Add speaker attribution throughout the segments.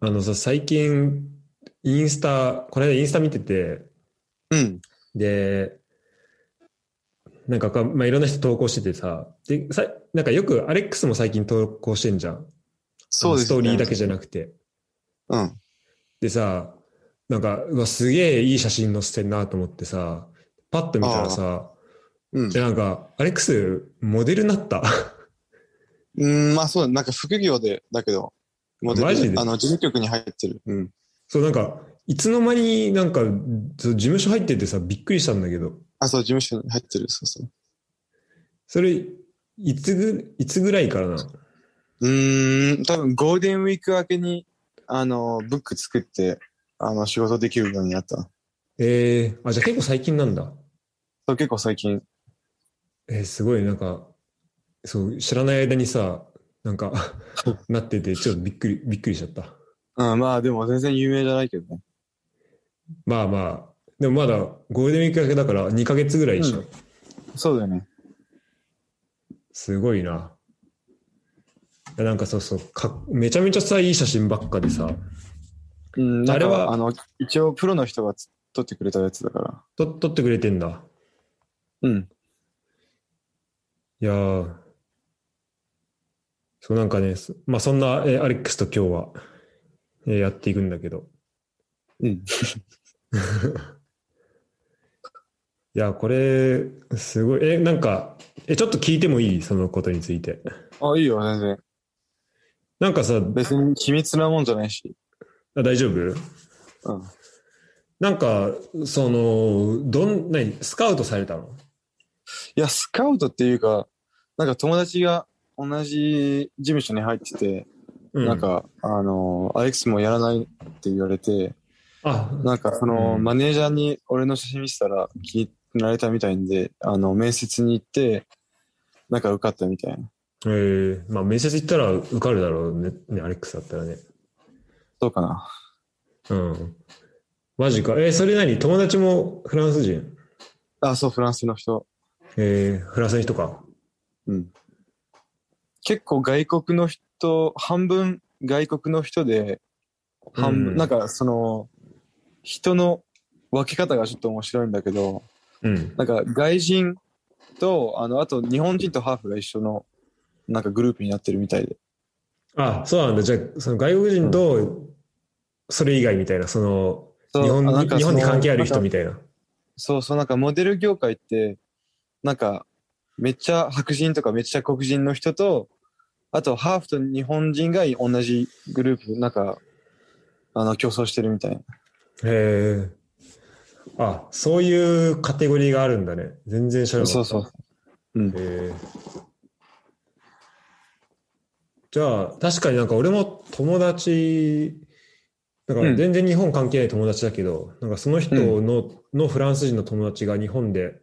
Speaker 1: あのさ、最近、インスタ、この間インスタ見てて、
Speaker 2: うん。
Speaker 1: で、なんかか、まあ、いろんな人投稿しててさ、で、さなんかよくアレックスも最近投稿してんじゃん。
Speaker 2: そうです、ね。
Speaker 1: ストーリーだけじゃなくて。
Speaker 2: うん。
Speaker 1: でさ、なんか、うわ、すげえいい写真載せてんなと思ってさ、パッと見たらさ、
Speaker 2: うん
Speaker 1: で、。なんか、アレックス、モデルになった。
Speaker 2: うん、まあそうだ。なんか副業で、だけど、モデル
Speaker 1: マジで
Speaker 2: あの、事務局に入ってる。うん。
Speaker 1: そう、なんか、いつの間になんか、そう事務所入っててさ、びっくりしたんだけど、
Speaker 2: あ、そう、事務所に入ってる。そうそう。
Speaker 1: それ、いつぐ、いつぐらいからなの
Speaker 2: うーん、多分ゴールデンウィーク明けに、あの、ブック作って、あの、仕事できるようになった。
Speaker 1: えー、あ、じゃあ結構最近なんだ。
Speaker 2: そう、結構最近。
Speaker 1: えーすごい、なんか、そう、知らない間にさ、なんか、なってて、ちょっとびっくり、びっくりしちゃった。
Speaker 2: うん、まあでも全然有名じゃないけどね。
Speaker 1: まあまあ、でもまだゴールデンウィーク明けだから2ヶ月ぐらいでしょ。
Speaker 2: うそうだよね。
Speaker 1: すごいな。いやなんかそうそうか、めちゃめちゃさ、いい写真ばっかでさ、
Speaker 2: うん、なんか
Speaker 1: あれは
Speaker 2: あの、一応プロの人がつ撮ってくれたやつだから。
Speaker 1: と撮ってくれてんだ。
Speaker 2: うん。
Speaker 1: いやーそうなんかね、そまあそんな、えーアレックスと今日は、えーやっていくんだけど。
Speaker 2: うん。
Speaker 1: いや、これ、すごい。え、なんか、え、ちょっと聞いてもいいそのことについて。
Speaker 2: あ、いいよ、全然。
Speaker 1: なんかさ、
Speaker 2: 別に秘密なもんじゃないし。
Speaker 1: あ大丈夫
Speaker 2: うん。
Speaker 1: なんか、その、どん、何、スカウトされたの
Speaker 2: いや、スカウトっていうか、なんか友達が同じ事務所に入ってて、
Speaker 1: う
Speaker 2: なん、か、あの、アレックスもやらないって言われて、
Speaker 1: あ、
Speaker 2: なんかその、
Speaker 1: うん
Speaker 2: マネージャーに俺の写真見せたら気に入られたみたいんで、あの、面接に行って、なんか受かったみたいな。
Speaker 1: えー、まあ面接行ったら受かるだろうね、ねアレックスだったらね。
Speaker 2: そうかな。
Speaker 1: うん。マジか。えーそれ何友達もフランス人
Speaker 2: あ、そう、フランスの人。
Speaker 1: えー、フランスの人か。
Speaker 2: うん。結構外国の人、半分外国の人で、半分、
Speaker 1: うん
Speaker 2: なんかその、人の分け方がちょっと面白いんだけど、
Speaker 1: うん。
Speaker 2: なんか外人と、あの、あと日本人とハーフが一緒の、なんかグループになってるみたいで。
Speaker 1: あ、そうなんだ。じゃあ、その外国人と、それ以外みたいな、その、
Speaker 2: そう
Speaker 1: 日本
Speaker 2: あなん
Speaker 1: に
Speaker 2: か
Speaker 1: 日本に
Speaker 2: その
Speaker 1: 関係ある人
Speaker 2: なんか
Speaker 1: みたいな。
Speaker 2: そうそう、なんかモデル業界って、なんか、めっちゃ白人とかめっちゃ黒人の人と、あとハーフと日本人が同じグループ、なんか、あの、競争してるみたいな。
Speaker 1: へえ。あ、そういうカテゴリーがあるんだね。全然知らなか
Speaker 2: そ
Speaker 1: っ
Speaker 2: う
Speaker 1: た。
Speaker 2: そう。うん。
Speaker 1: へえ。じゃあ、確かになんか俺も友達、だか
Speaker 2: う
Speaker 1: ら
Speaker 2: ん
Speaker 1: 全然日本関係ない友達だけど、なんかその人の,、のフランス人の友達が日本で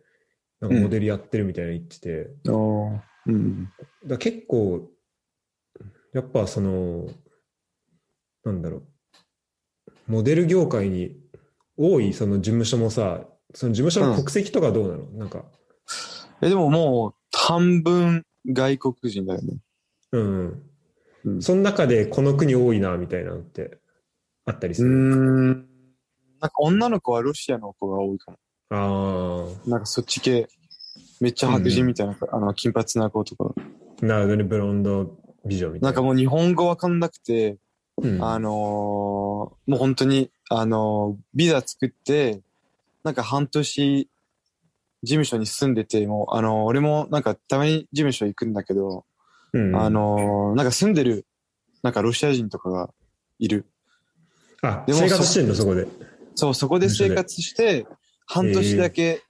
Speaker 1: なんかモデルやってるみたいなの言ってて、だか
Speaker 2: おーうん。
Speaker 1: ら結構、やっぱその、なんだろう、モデル業界に多いその事務所もさ、その事務所の国籍とかどうなの、なんか、
Speaker 2: え、でももう、半分外国人だよね。
Speaker 1: うん。
Speaker 2: うん
Speaker 1: その中でこの国多いな、みたいなのってあったりす
Speaker 2: うー
Speaker 1: る。
Speaker 2: ん。なんか女の子はロシアの子が多いかも。
Speaker 1: あ
Speaker 2: なんかそっち系、めっちゃ白人みたいな、あの、金髪な子とか。
Speaker 1: あ、なるほどね、ブロンド美女みた
Speaker 2: ないん
Speaker 1: な。
Speaker 2: かもう日本語わかんなくて、
Speaker 1: うん、
Speaker 2: あのーもう本当に、あのービザ作って、なんか半年、事務所に住んでて、もう、あのー俺もなんかたまに事務所行くんだけど、
Speaker 1: うん
Speaker 2: あ、のーなんか住んでる、なんかロシア人とかがいる。
Speaker 1: あ、
Speaker 2: でも
Speaker 1: 生活してんの、
Speaker 2: そ
Speaker 1: そこで。
Speaker 2: そう、そこで生活して、半年だけ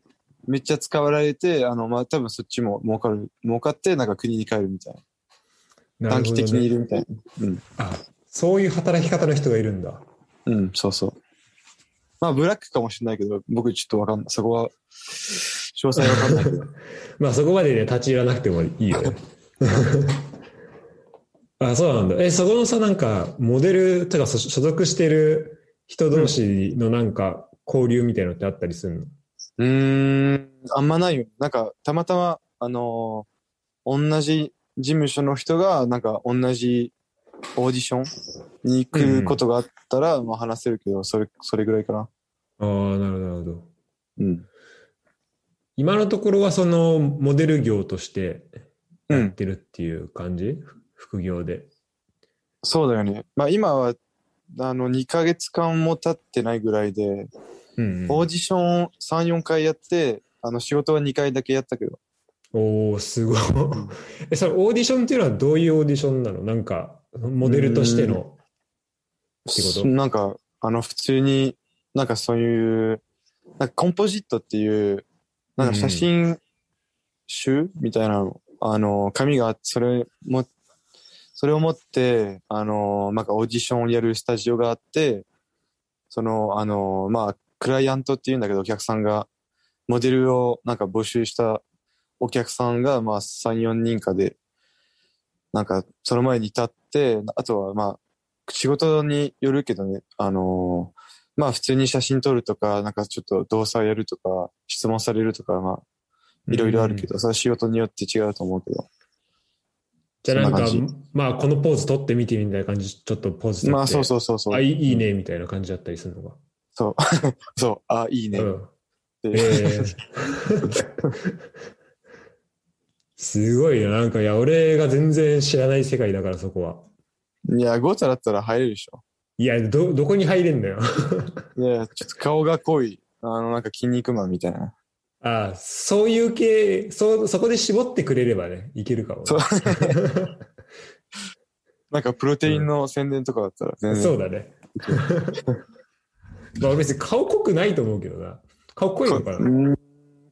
Speaker 2: めっちゃ使われて、あの、まあ、多分そっちも儲かる、儲かって、なんか国に帰るみたいな。
Speaker 1: な
Speaker 2: 短
Speaker 1: る
Speaker 2: 期
Speaker 1: ほ
Speaker 2: 的
Speaker 1: ど
Speaker 2: にい
Speaker 1: ね。
Speaker 2: るみたいな。
Speaker 1: あ、そういう働き方の人がいるんだ。
Speaker 2: うん、うん、そうそう。まあ、ブラックかもしれないけど、僕ちょっとわかんない。そこは、詳細わかんないけど。
Speaker 1: まあそこまでね、立ち入らなくてもいいよね。あ、そうなんだ。え、そこのさ、なんか、モデルとかそ所属してる人同士のなんか、交流みたいなのってあったりするの、
Speaker 2: うーん、あんまないよ。なんか、たまたま、あのー同じ事務所の人が、なんか、同じオーディションに行くことがあったら、まあ話せるけど、それ、それぐらいかな。
Speaker 1: ああ、なるほど、なるほど。
Speaker 2: うん。
Speaker 1: 今のところはそのモデル業として
Speaker 2: う
Speaker 1: や
Speaker 2: ん
Speaker 1: っ。てるっていう感じ、ふ副業で。
Speaker 2: そうだよね。まあ今は、あの、2ヶ月間も経ってないぐらいで、
Speaker 1: うんうん
Speaker 2: オーディションを3、4回やって、あの、仕事は2回だけやったけど。
Speaker 1: おおすごい。 え、それオーディションっていうのはどういうオーディションなのなんか、モデルとしての。仕事
Speaker 2: なんか、あの、普通に、なんかそういう、なんかコンポジットっていう、なんか写真集みたいなの、あの、紙があって、それも、それを持って、あの、なんかオーディションをやるスタジオがあって、その、あの、まあ、クライアントっていうんだけど、お客さんが、モデルをなんか募集したお客さんが、まあ、3、4人かで、なんか、その前に立って、あとは、まあ、仕事によるけどね、あのーまあ普通に写真撮るとか、なんかちょっと動作をやるとか、質問されるとか、まあ、いろいろあるけど、それは仕事によって違うと思うけど。
Speaker 1: じゃあなんか
Speaker 2: そんな
Speaker 1: まあこのポーズ取ってみてみたいな感じちょっとポーズ取って
Speaker 2: まあそうそうそうそう。
Speaker 1: あいいいいねみたいな感じだったりするのが、
Speaker 2: そう。 そう。あ、いいね。
Speaker 1: うん
Speaker 2: て
Speaker 1: えーすごいよなんかいや俺が全然知らない世界だからそこはい
Speaker 2: や、ゴータだったら入れるでしょ。
Speaker 1: いやどどこに入れんのよ
Speaker 2: いや、ちょっと顔が濃い。あの、なんか筋肉マンみたいな。
Speaker 1: ああそういう系そうそこで絞ってくれればねいけるかもね、
Speaker 2: そうなんかプロテインの宣伝とかだったら全 然。
Speaker 1: そうだねまあ別に顔濃くないと思うけどな顔濃いのかな
Speaker 2: うん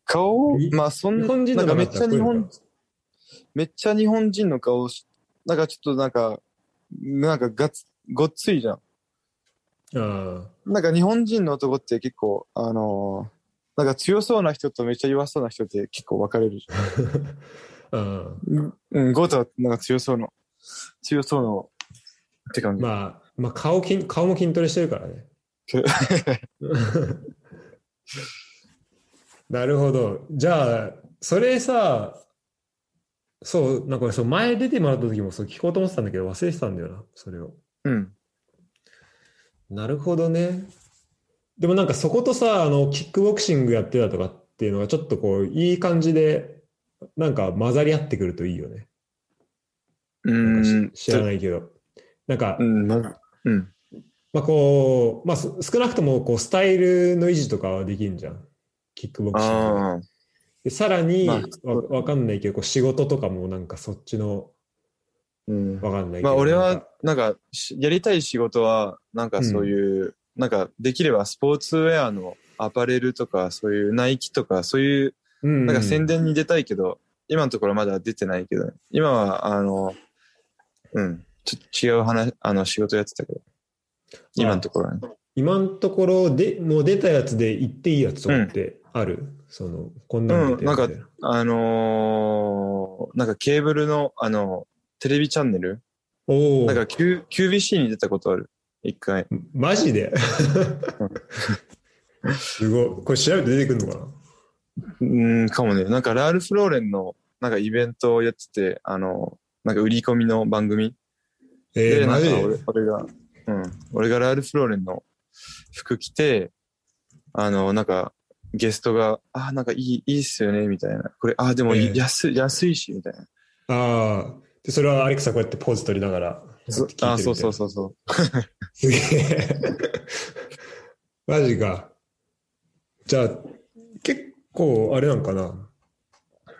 Speaker 2: 顔
Speaker 1: に
Speaker 2: まあそん
Speaker 1: 日本人の
Speaker 2: なん
Speaker 1: 方だ
Speaker 2: かめ
Speaker 1: っ
Speaker 2: ったち
Speaker 1: ら
Speaker 2: ゃ
Speaker 1: こうい
Speaker 2: 日
Speaker 1: うのか
Speaker 2: 本、めっちゃ日本人の顔し、なんかちょっとなんか、なんかガツ、ごっついじゃん。
Speaker 1: あ
Speaker 2: なんか日本人の男って結構、あのーなんか強そうな人とめっちゃ弱そうな人って結構分かれるじゃ
Speaker 1: あああ
Speaker 2: ん。うん、ゴータはなんか強そうの、強そうの、って感じ。
Speaker 1: まあ、まあ顔筋、顔も筋トレしてるからね。 なるほど。じゃあ、それさ、そう、なんかそう前出てもらった時もそう聞こうと思ってたんだけど、忘れてたんだよな、それを。
Speaker 2: うん。
Speaker 1: なるほどね。でもなんかそことさ、あの、キックボクシングやってたとかっていうのがちょっとこう、いい感じで、なんか混ざり合ってくるといいよね。なんかし
Speaker 2: うん。
Speaker 1: 知らないけど。なんか、
Speaker 2: うん、なんかうん。
Speaker 1: まあこう、まあす少なくともこうスタイルの維持とかはできんじゃん。キックボクシングで。
Speaker 2: ああ。
Speaker 1: でさらに、
Speaker 2: ま
Speaker 1: わ
Speaker 2: あそう
Speaker 1: わかんないけど、こう仕事とかもなんかそっちの、
Speaker 2: うん。
Speaker 1: わかんないけど。
Speaker 2: まあ俺
Speaker 1: なん
Speaker 2: は
Speaker 1: か、
Speaker 2: なんかし、やりたい仕事は、なんかそういう、なんかできればスポーツウェアのアパレルとか、そういうナイキとか、そういう、
Speaker 1: うん
Speaker 2: なんか宣伝に出たいけど、今のところまだ出てないけど、今は、あの、うん、ちょっと違う話、あの、仕事やってたけど、今のところはね。
Speaker 1: 今のところで、もう出たやつで言っていいやつとかってある、その、こんなの出てるみたい
Speaker 2: うんあのーなんかケーブルの、あの、テレビチャンネル
Speaker 1: おお
Speaker 2: なんか Q- QBC に出たことある。一回。
Speaker 1: マジで すごい。これ調べて出てくるのかな
Speaker 2: うん、かもね。なんか、ラール・フローレンの、なんかイベントをやってて、あの、なんか売り込みの番組。
Speaker 1: えー、
Speaker 2: な
Speaker 1: マ
Speaker 2: ん
Speaker 1: ジ
Speaker 2: か
Speaker 1: で
Speaker 2: 俺俺が、うん、俺がラール・フローレンの服着て、あの、なんか、ゲストが、あーなんかいい、いいっすよね、みたいな。これ、あーでもい、
Speaker 1: ええ
Speaker 2: 安い、安いし、みたいな。
Speaker 1: ああ。で、それはアレクサこうやってポーズ取りながら。
Speaker 2: そあーそうそうそうそう。
Speaker 1: すげえ。マジか。じゃあ、結構、あれなんかな。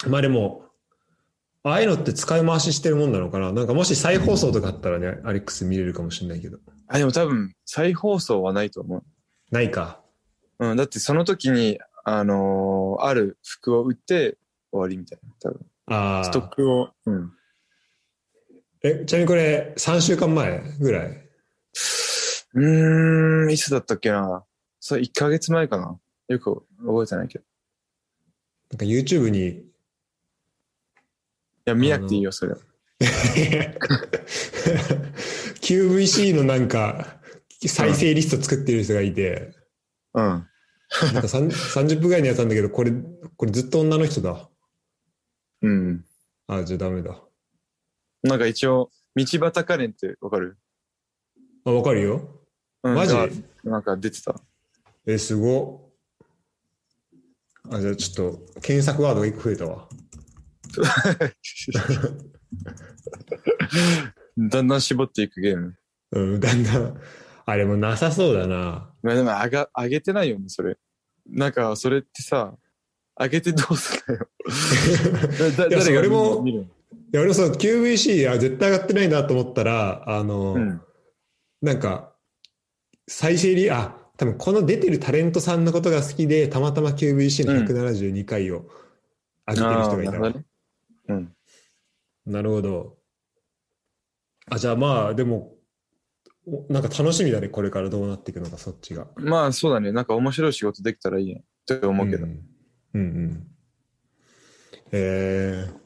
Speaker 1: まあでも、ああいうのって使い回ししてるもんなのかな。なんかもし再放送とかあったらね、アレックス見れるかもしれないけど。
Speaker 2: あ、でも多分、再放送はないと思う。
Speaker 1: ないか。
Speaker 2: うん、だってその時に、あのーある服を売って終わりみたいな。多分、
Speaker 1: あ
Speaker 2: ストッ
Speaker 1: あ。
Speaker 2: クを。うん。
Speaker 1: え、ちなみにこれ、3週間前ぐらい。
Speaker 2: うーん、いつだったっけな。それ1ヶ月前かな。よく覚えてないけど。い
Speaker 1: なんか YouTube に、
Speaker 2: や、見なくていいよ、それは。
Speaker 1: QVC のなんか、再生リスト作ってる人がいて、
Speaker 2: うん。
Speaker 1: なんかさん30分ぐらいのやつなんだけど、これ、これずっと女の人だ。
Speaker 2: うん。
Speaker 1: あ、じゃあダメだ。
Speaker 2: なんか一応、道端カレンってわかる、
Speaker 1: あ、わかるよ。
Speaker 2: うん
Speaker 1: マジ
Speaker 2: がなんか出てた。
Speaker 1: え、すごっ。あ、じゃあちょっと、検索ワードが一個増えたわ。
Speaker 2: だんだん絞っていくゲーム。
Speaker 1: うん、だんだん、あれもなさそうだな。
Speaker 2: まあでも上が、上げてないよね、それ。なんか、それってさ、上げてどうすんだよ。だ
Speaker 1: いや
Speaker 2: 誰が
Speaker 1: それも
Speaker 2: 見る
Speaker 1: いや、俺もその QVC、あ、絶対上がってないなと思ったら、あの、
Speaker 2: のうん。
Speaker 1: なんか、再生リ、あ、多分この出てるタレントさんのことが好きで、たまたま QVC の172回を上げてる
Speaker 2: あ
Speaker 1: 人
Speaker 2: あ、
Speaker 1: がい
Speaker 2: な
Speaker 1: た
Speaker 2: る
Speaker 1: わ
Speaker 2: ほどね。うん。
Speaker 1: なるほど。あ、じゃあまあ、でも、おなんか楽しみだね、これからどうなっていくのか、そっちが。
Speaker 2: まあ、そうだね。なんか面白い仕事できたらいいね。って思うけど。
Speaker 1: ん、うんうんえー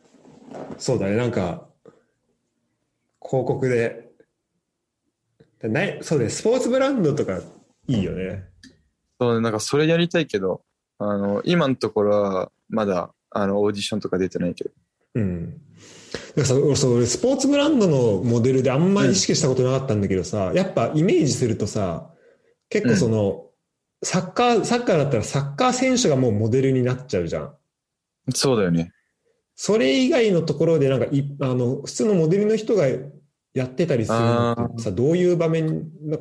Speaker 1: そうだねなんか広告でないそうねスポーツブランドとかいいよね
Speaker 2: そうね、なんかそれやりたいけど、あの、今のところは、まだ、あの、オーディションとか出てないけど。
Speaker 1: うんなんかさ俺そう俺スポーツブランドのモデルであんま意識したことなかったんだけどさ、やっぱイメージするとさ結構その、サッカーサッカーだったらサッカー選手がもうモデルになっちゃうじゃん
Speaker 2: そうだよね。
Speaker 1: それ以外のところでなんかいあの普通のモデルの人がやってたりするのってさどういう場面な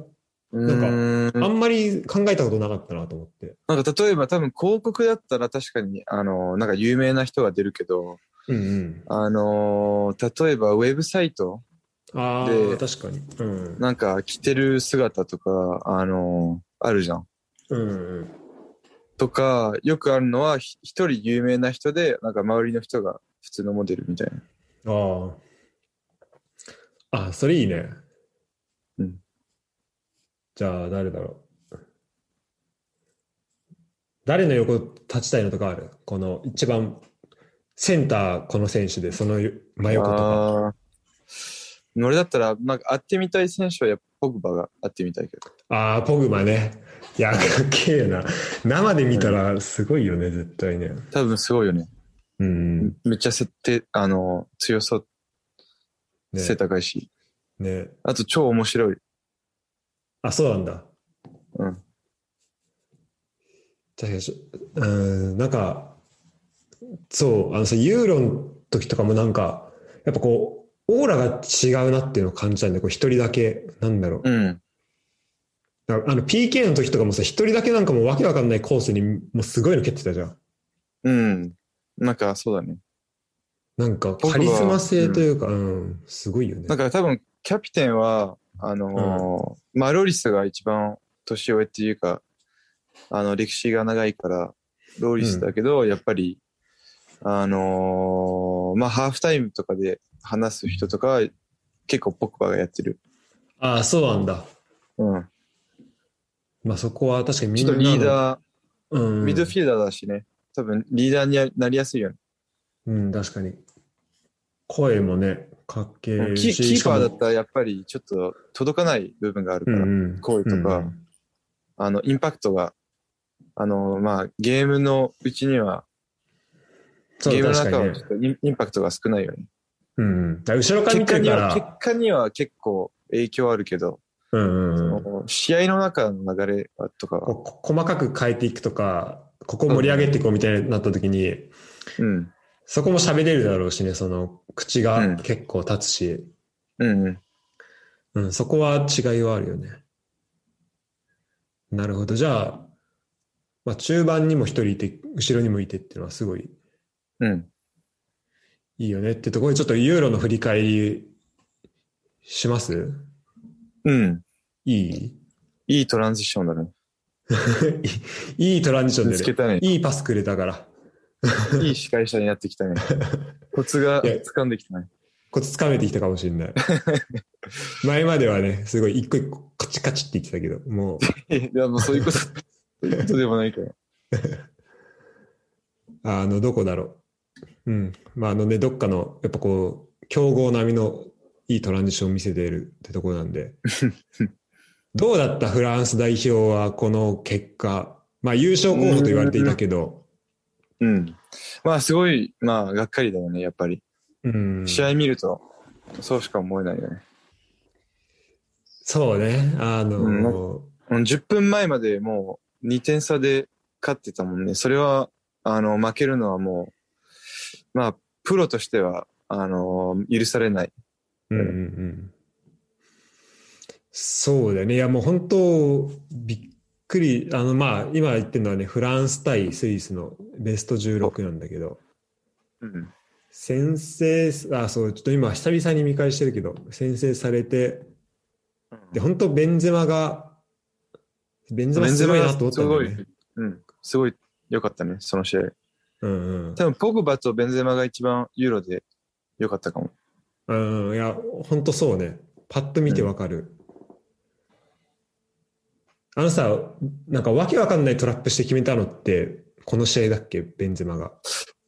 Speaker 1: なんか
Speaker 2: なん
Speaker 1: あんまり考えたことなかったなと思って。
Speaker 2: なんか例えば多分広告だったら確かに、あの、なんか有名な人が出るけど、
Speaker 1: うんうん、
Speaker 2: あの、例えばウェブサイト、
Speaker 1: あ
Speaker 2: で
Speaker 1: あ確かに。うん
Speaker 2: なんか着てる姿とか、あの、あるじゃん。
Speaker 1: うんうん
Speaker 2: とか、よくあるのは、ひ一人有名な人で、なんか周りの人が普通のモデルみたいな。
Speaker 1: あああそれいいね。
Speaker 2: うん
Speaker 1: じゃあ誰だろう誰の横立ちたいのとかあるこの一番センターこの選手でその真横とか。
Speaker 2: あー俺だったら、なんか会ってみたい選手はやっぱポグバが会ってみたいけど。
Speaker 1: ああ、ポグマね。いや、かっけえな。生で見たらすごいよね、絶対ね。
Speaker 2: 多分すごいよね。
Speaker 1: うん。
Speaker 2: めっちゃ設定、あの、強そう、
Speaker 1: ね
Speaker 2: 背高いし。
Speaker 1: ね。
Speaker 2: あと超面白い。
Speaker 1: あ、そうなんだ。
Speaker 2: うん。
Speaker 1: 確かにし、うん、なんか、そう、あのさ、ユーロの時とかもなんか、やっぱこう、オーラが違うなっていうのを感じたんで、こう一人だけ、なんだろう。
Speaker 2: うん。
Speaker 1: だからあの PK の時とかもさ、一人だけなんかもうわけわかんないコースに、もうすごいの蹴ってたじゃん。
Speaker 2: うん。なんかそうだね。
Speaker 1: なんか、カリスマ性というか、うん、すごいよね。
Speaker 2: なんか多分、キャプテンは、あのーまあ、ロリスが一番年上っていうか、あの、歴史が長いから、ロリスだけど、やっぱり、あのーまあ、ハーフタイムとかで話す人とか、結構ポクバがやってる。
Speaker 1: ああ、そうなんだ。
Speaker 2: うん。
Speaker 1: まあそこは確かにみ
Speaker 2: ち
Speaker 1: ん
Speaker 2: ょ
Speaker 1: な
Speaker 2: っと
Speaker 1: の
Speaker 2: リーダー、
Speaker 1: うん、
Speaker 2: ミッドフィルダーだしね。多分、リーダーになりやすいよね。
Speaker 1: うん、確かに。声もね、かっけえ
Speaker 2: キ
Speaker 1: し
Speaker 2: キーパーだっ
Speaker 1: しか
Speaker 2: たら、やっぱりちょっと届かない部分があるか
Speaker 1: も
Speaker 2: ら。
Speaker 1: うんうん、
Speaker 2: 声とか
Speaker 1: うん
Speaker 2: あの、インパクトが、あの、まあ、ゲームのうちには、
Speaker 1: そう
Speaker 2: ゲームの
Speaker 1: 確
Speaker 2: 中
Speaker 1: か
Speaker 2: は
Speaker 1: にね
Speaker 2: ちょっとインインパクトが少ないよね。
Speaker 1: うんうん、だから後ろから
Speaker 2: 結
Speaker 1: 見て
Speaker 2: 果
Speaker 1: る
Speaker 2: に
Speaker 1: か
Speaker 2: は、結
Speaker 1: ら、
Speaker 2: 果には結構影響あるけど、
Speaker 1: うんうんうん、
Speaker 2: その試合の中の流れはとかは、
Speaker 1: ここ細かく変えていくとか、ここ盛り上げていこうみたいになった時に、
Speaker 2: うん、
Speaker 1: そこも喋れるだろうしね、その口
Speaker 2: うん
Speaker 1: が結構立つし、
Speaker 2: うん、うん。
Speaker 1: うんそこは違いはあるよね。なるほど。じゃあ、まあ、中盤にも一人いて、後ろにもいてっていうのはすごい
Speaker 2: うん、
Speaker 1: いいよねってところでちょっとユーロの振り返りします
Speaker 2: うん。
Speaker 1: いい
Speaker 2: いいトランジションだね。
Speaker 1: いいトランジション
Speaker 2: 見
Speaker 1: で
Speaker 2: つ
Speaker 1: ね、
Speaker 2: けた ね。
Speaker 1: いいパスくれたから
Speaker 2: いい司会者になって きたね。コツが
Speaker 1: いや
Speaker 2: 掴んできたね。
Speaker 1: コツつかめてきたかもしれない 前まではねすごい一個一個カチカチって言ってたけどもう
Speaker 2: いや、もうそういうこと、そういうことでもないから。
Speaker 1: あのどこだろううんまああのねどっかのやっぱこう強豪並みのいいトランジションを見せているってところなん でどうだったフランス代表はこの結果まあ優勝候補と言われていたけど
Speaker 2: うん。まあ、すごい、まあ、がっかりだよね、やっぱり。
Speaker 1: うん
Speaker 2: 試合見ると、そうしか思えないよね。
Speaker 1: そうね。あの、
Speaker 2: うんうん10分前までもう2点差で勝ってたもんね。それは、あの、負けるのはもう、まあ、プロとしては、あの、許されない。
Speaker 1: うんうんうん。そうだよね。いや、もう本当、びっくり。あの、まあ、今言ってるのはね、フランス対スイスのベスト16なんだけど、
Speaker 2: うん。
Speaker 1: 先制、あ、そう、ちょっと今、久々に見返してるけど、先制されて、で、本当、ベンゼマが、ベンゼマすごいなと思ったんだよ
Speaker 2: ベンゼマすご
Speaker 1: ね。
Speaker 2: うん。すごい良かったね、その試合。
Speaker 1: うんうん。
Speaker 2: 多分、ポグバとベンゼマが一番ユーロで良かったかも。
Speaker 1: うん、いや、本当そうね。パッと見てわかる。あのさ、なんかわけわかんないトラップして決めたのって、この試合だっけ、ベンゼマが。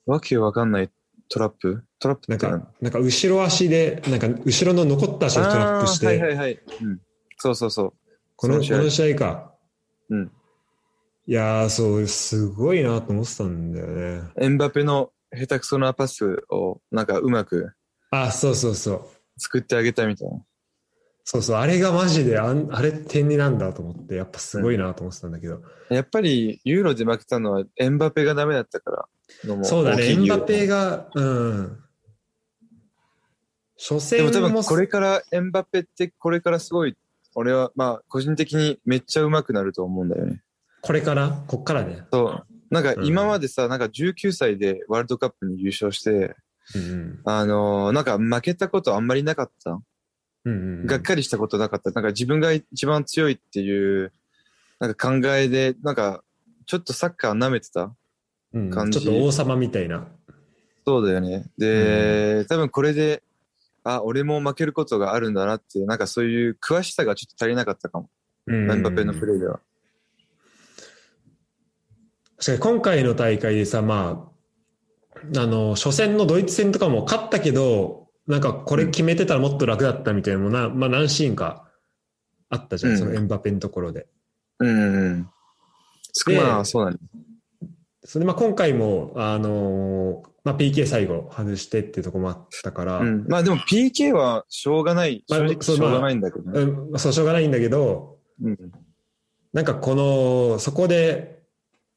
Speaker 2: わけわかんないトラップトラップ
Speaker 1: なん
Speaker 2: って何
Speaker 1: か、なんか後ろ足で、なんか後ろの残った足でトラップし
Speaker 2: あーはいは
Speaker 1: て、
Speaker 2: いはい。うん。そうそうそう。
Speaker 1: この
Speaker 2: そ
Speaker 1: こ
Speaker 2: の試合
Speaker 1: の試合か。
Speaker 2: うん。
Speaker 1: いやー、そう、すごいなと思ってたんだよね。
Speaker 2: エンバペの下手くそなパスを、なんかうまく
Speaker 1: あ、そうそうそう。
Speaker 2: 作ってあげたみたいな。
Speaker 1: そうそう、あれがマジで、あんあれ点になんだと思って、やっぱすごいなと思ってたんだけど。
Speaker 2: やっぱり、ユーロで負けたのはエンバペがダメだったからのも
Speaker 1: そうだ
Speaker 2: 大
Speaker 1: ね、
Speaker 2: き
Speaker 1: エ
Speaker 2: い理
Speaker 1: ン
Speaker 2: 由
Speaker 1: バペが、うん。初
Speaker 2: で
Speaker 1: 戦も
Speaker 2: も多分これからエンバペってこれからすごい、俺はまあ個人的にめっちゃ上手くなると思うんだよね。
Speaker 1: これから、こっからね。
Speaker 2: そう。なんか
Speaker 1: うん
Speaker 2: 今までさ、なんか19歳でワールドカップに優勝して、
Speaker 1: うん
Speaker 2: あのーなんか負けたことあんまりなかった。
Speaker 1: うん。うんうん
Speaker 2: がっかりしたことなかった。なんか自分が一番強いっていう、なんか考えで、なんかちょっとサッカー舐めてた。
Speaker 1: うん
Speaker 2: 感
Speaker 1: ち
Speaker 2: じ
Speaker 1: ょっと王様みたいな。
Speaker 2: そうだよね。で、多分これで、あ、俺も負けることがあるんだなっていう、なんかそういう詳しさがちょっと足りなかったかも。
Speaker 1: エ
Speaker 2: エンバペのプレーでは。
Speaker 1: 確かに今回の大会でさ、まあ、あの、初戦のドイツ戦とかも勝ったけど、なんかこれ決めてたらもっと楽だったみたいなのもな、まあ何シーンかあったじゃん、
Speaker 2: うん
Speaker 1: そのエンバペのところで。
Speaker 2: うんうん。
Speaker 1: で
Speaker 2: まあ、そうだね。
Speaker 1: それでまあ今回も、あのーまあ PK 最後外してっていうところもあったから、
Speaker 2: うん、まあでも PK はしょうがない。
Speaker 1: まあ
Speaker 2: 正直
Speaker 1: そう
Speaker 2: しょうがないんだけどね。
Speaker 1: うん、そうしょうがないんだけど、
Speaker 2: うん。
Speaker 1: なんかこの、そこで、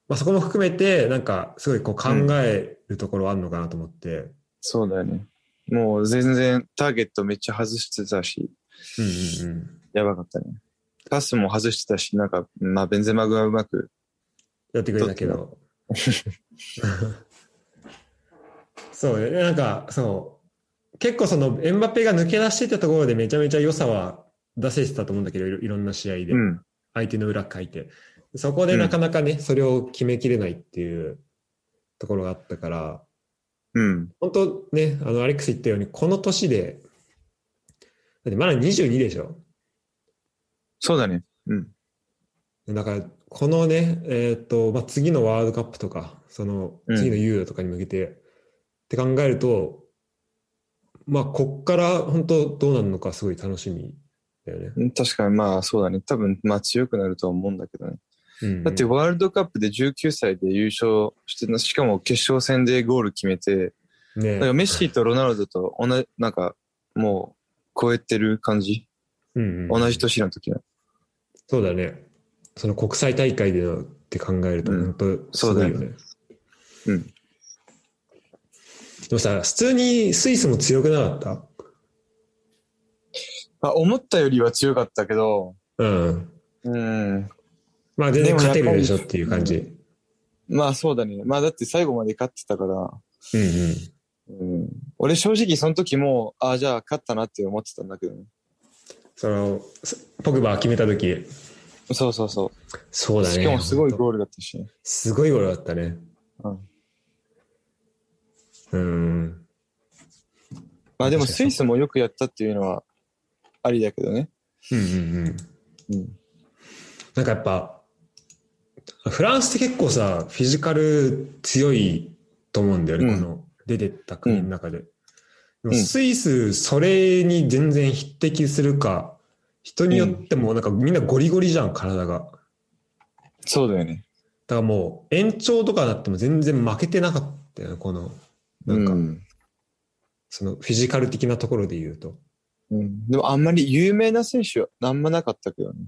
Speaker 1: まあ、そこも含めて、なんかすごいこう考えるところあるのかなと思って、うん
Speaker 2: そうだよね。もう全然ターゲットめっちゃ外してたし、
Speaker 1: うんうん、
Speaker 2: やばかったね。パスも外してたし、なんか、まあ、ベンゼマグがうまく。
Speaker 1: やってくれたけ ど。そうね、なんかそう、結構そのエンバペが抜け出していったところでめちゃめちゃ良さは出せてたと思うんだけど、いろいろんな試合で、
Speaker 2: うん。
Speaker 1: 相手の裏かいて。そこでなかなかね、それを決めきれないっていうところがあったから、
Speaker 2: うん。
Speaker 1: 本当ね、あの、アレックス言ったように、この年で、だってまだ22でしょ
Speaker 2: そうだね。うん。
Speaker 1: だから、このね、えっ、と、まあ、次のワールドカップとか、その、
Speaker 2: うん
Speaker 1: 次のユーロとかに向けて、って考えると、まあ、こっから本当どうなるのかすごい楽しみだよね。
Speaker 2: うん確かにまあそうだね。多分まあ強くなると思うんだけどね。
Speaker 1: うん
Speaker 2: だってワールドカップで19歳で優勝してな、しかも決勝戦でゴール決めて、
Speaker 1: ね
Speaker 2: だからメッシとロナウドと同じ、なんか、もう、超えてる感じ
Speaker 1: うんうん
Speaker 2: 同じ年の時の。
Speaker 1: そうだね。その国際大会でのって考えると、
Speaker 2: うん
Speaker 1: 本当すごいよね。
Speaker 2: うん
Speaker 1: でもさ、普通にスイスも強くなかっ
Speaker 2: まあ、思ったよりは強かったけど、
Speaker 1: たうん。
Speaker 2: うん。
Speaker 1: まあ全然勝て
Speaker 2: でもやっ
Speaker 1: る
Speaker 2: ぱり
Speaker 1: でしょっていう感じ。
Speaker 2: まあそうだね。まあだって最後まで勝ってたか
Speaker 1: う
Speaker 2: ら、
Speaker 1: んうん。
Speaker 2: うん。俺正直その時も、ああ、じゃあ勝ったなって思ってたんだけどね。
Speaker 1: その、すポグバー決めた時
Speaker 2: そうそうそ
Speaker 1: そう
Speaker 2: う。
Speaker 1: だね。
Speaker 2: しかもすごい
Speaker 1: ール。
Speaker 2: ゴールだったしね。
Speaker 1: すごいゴールだったね。
Speaker 2: うん。
Speaker 1: うん。
Speaker 2: まあでも
Speaker 1: 確か
Speaker 2: ス
Speaker 1: に
Speaker 2: イスもよくやったっていうのは、ありだけどね。
Speaker 1: うんうんうん。
Speaker 2: うん。
Speaker 1: なんかやっぱ、フランスって結構さ、フィジカル強いと思うんだよね、
Speaker 2: うん
Speaker 1: この出てった国の中で。
Speaker 2: ん
Speaker 1: でもスイス、それに全然匹敵するか、人によってもなんかみんなゴリゴリじゃん、体が。だか
Speaker 2: そうだよね。
Speaker 1: らもう延長とかになっても全然負けてなかったよね、この、なんか、
Speaker 2: うん
Speaker 1: そのフィジカル的なところで言うと。
Speaker 2: うん、でもあんまり有名な選手はあんまなかったけどね。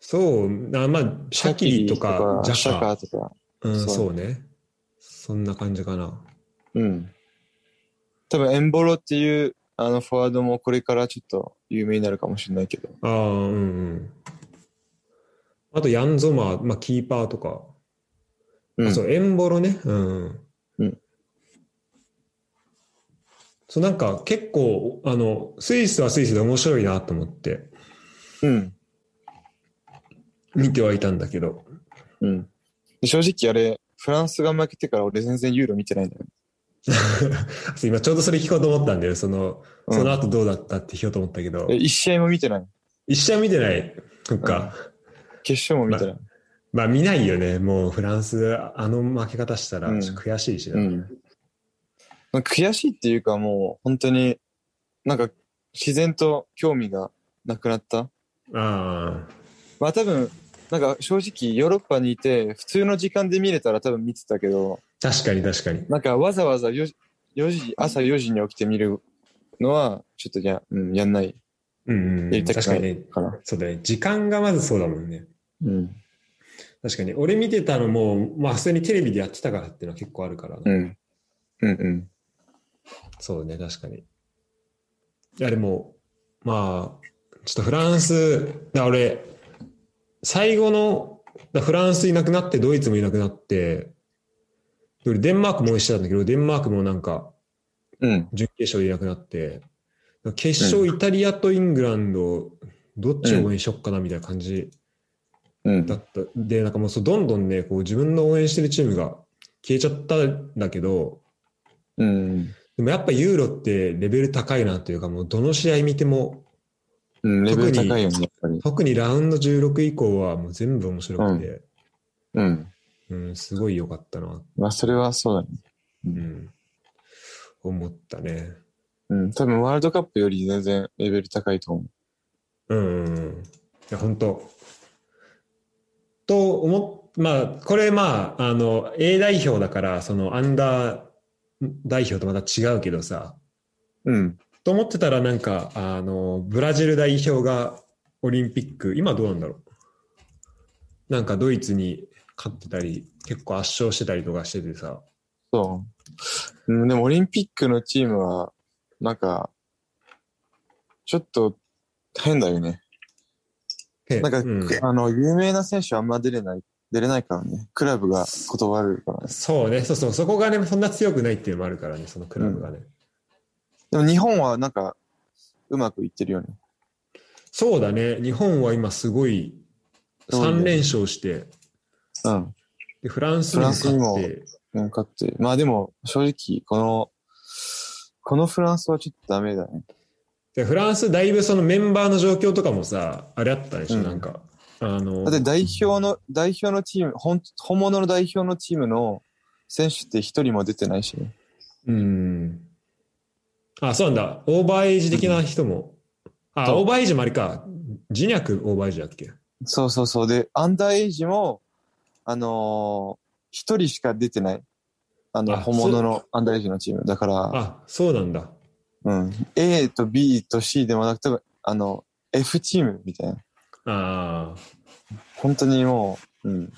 Speaker 1: そう、あまあ、シャキリとか、ジ
Speaker 2: シ
Speaker 1: ャ
Speaker 2: ャ
Speaker 1: カ
Speaker 2: カとか。
Speaker 1: うん、
Speaker 2: そう
Speaker 1: そうね。そんな感じかな。
Speaker 2: うん。多分エンボロっていうあのフォワードもこれからちょっと有名になるかもしれないけど。
Speaker 1: ああ、うんうん。あと、ヤンゾマー、まあ、キーパーとか。
Speaker 2: うん
Speaker 1: あそう、エンボロね。うん。
Speaker 2: うん
Speaker 1: そう、なんか結構、あの、スイスはスイスで面白いなと思って
Speaker 2: うん。
Speaker 1: 見てはいたんだけど。
Speaker 2: うん。で正直あれ、フランスが負けてから俺全然ユーロ見てないんだよね。
Speaker 1: そう今ちょうどそれ聞こうと思ったんだよ。その、
Speaker 2: うん
Speaker 1: その後どうだったって聞こうと思ったけど
Speaker 2: え。一試合も見てない。
Speaker 1: 一試合見てない。そっか。
Speaker 2: 決勝も見てない。
Speaker 1: まあ見ないよね。もうフランス、あの負け方したら
Speaker 2: うん
Speaker 1: 悔しいしな。
Speaker 2: うん。まあ悔しいっていうかもう本当になんか自然と興味がなくなった。
Speaker 1: あ
Speaker 2: まあ多分、なんか正直ヨーロッパにいて普通の時間で見れたら多分見てたけど、
Speaker 1: あ、確かに確かに。
Speaker 2: なんかわざわざ4時、4時、朝4時に起きて見るのはちょっとや,、うん、やんない
Speaker 1: うん、う
Speaker 2: や
Speaker 1: ん。
Speaker 2: りたくない
Speaker 1: 確かにね。
Speaker 2: かな。
Speaker 1: そうだね。時間がまずそうだもんね。
Speaker 2: うん。
Speaker 1: 確かに。俺見てたのも、まあ普通にテレビでやってたからっていうのは結構あるからな、
Speaker 2: うん。うんうん。
Speaker 1: そうね、確かに。いや、でも、まあ、ちょっとフランス、だ俺、最後の、だフランスいなくなって、ドイツもいなくなって、で俺デンマークも応援してたんだけど、デンマークもなんか、
Speaker 2: うん。
Speaker 1: 準決勝いなくなって、決勝イタリアとイングランド、どっちを応援しよっかなみたいな感じ
Speaker 2: うん
Speaker 1: だ。った。で、なんかもうそうどんどんね、こう自分の応援してるチームが消えちゃったんだけど、
Speaker 2: うん。
Speaker 1: でもやっぱユーロってレベル高いなというか、もうどの試合見ても、
Speaker 2: うん。レベル
Speaker 1: 特に
Speaker 2: 高いよね、やっぱり。
Speaker 1: 特にラウンド16以降はもう全部面白くて、
Speaker 2: うん。
Speaker 1: うん、すごい良かったな、
Speaker 2: まあそれはそうだね。
Speaker 1: うん、思ったね。
Speaker 2: うん。多分ワールドカップより全然レベル高いと思
Speaker 1: うんうんうん。いや、本当と思っ、まあ、これ、まあ、あの、A 代表だから、その、アンダー代表とまた違うけどさ、
Speaker 2: う。うん。
Speaker 1: と思ってたら、なんか、あの、ブラジル代表がオリンピック、今どうなんだろう。なんか、ドイツに勝ってたり、結構圧勝してたりとかしててさ、
Speaker 2: そう。うん、でもオリンピックのチームは、なんか、ちょっと変だよね。
Speaker 1: へ
Speaker 2: なんか、
Speaker 1: うん
Speaker 2: あの、有名な選手はあんま出れない、出れないからね。クラブが断るから。
Speaker 1: そうね、そうそう、そこがね、そんな強くないっていうのもあるからね、そのクラブがね。
Speaker 2: でも日本はなんか、うまくいってるよね。
Speaker 1: そうだね、日本は今すごい
Speaker 2: そうね
Speaker 1: 3連勝して、
Speaker 2: うん。
Speaker 1: でフランスにも勝
Speaker 2: フラン
Speaker 1: っ
Speaker 2: スに
Speaker 1: て、
Speaker 2: なんかって。まあでも、正直、この、このフランスはちょっとダメだね。
Speaker 1: でフランスだいぶそのメンバーの状況とかもさ、あれあったでしょ、
Speaker 2: うん
Speaker 1: なんか。あの
Speaker 2: だって代表の、代表のチーム、本本物の代表のチームの選手って一人も出てないしね。
Speaker 1: うん。あ、そうなんだ。オーバーエイジ的な人も。あ、
Speaker 2: そう
Speaker 1: オーバーエイジもあれか。ジニャクオーバーエイジだっけ
Speaker 2: そうそうそう。で、アンダーエイジも、あのー一人しか出てない。あの、
Speaker 1: あ
Speaker 2: 本物のアンダーエイジのチーム。だから、
Speaker 1: あ、そうなんだ。
Speaker 2: うん。A と B と C でもなく、多分、あの、F チームみたいな。
Speaker 1: ああ。
Speaker 2: 本当にもう、うん。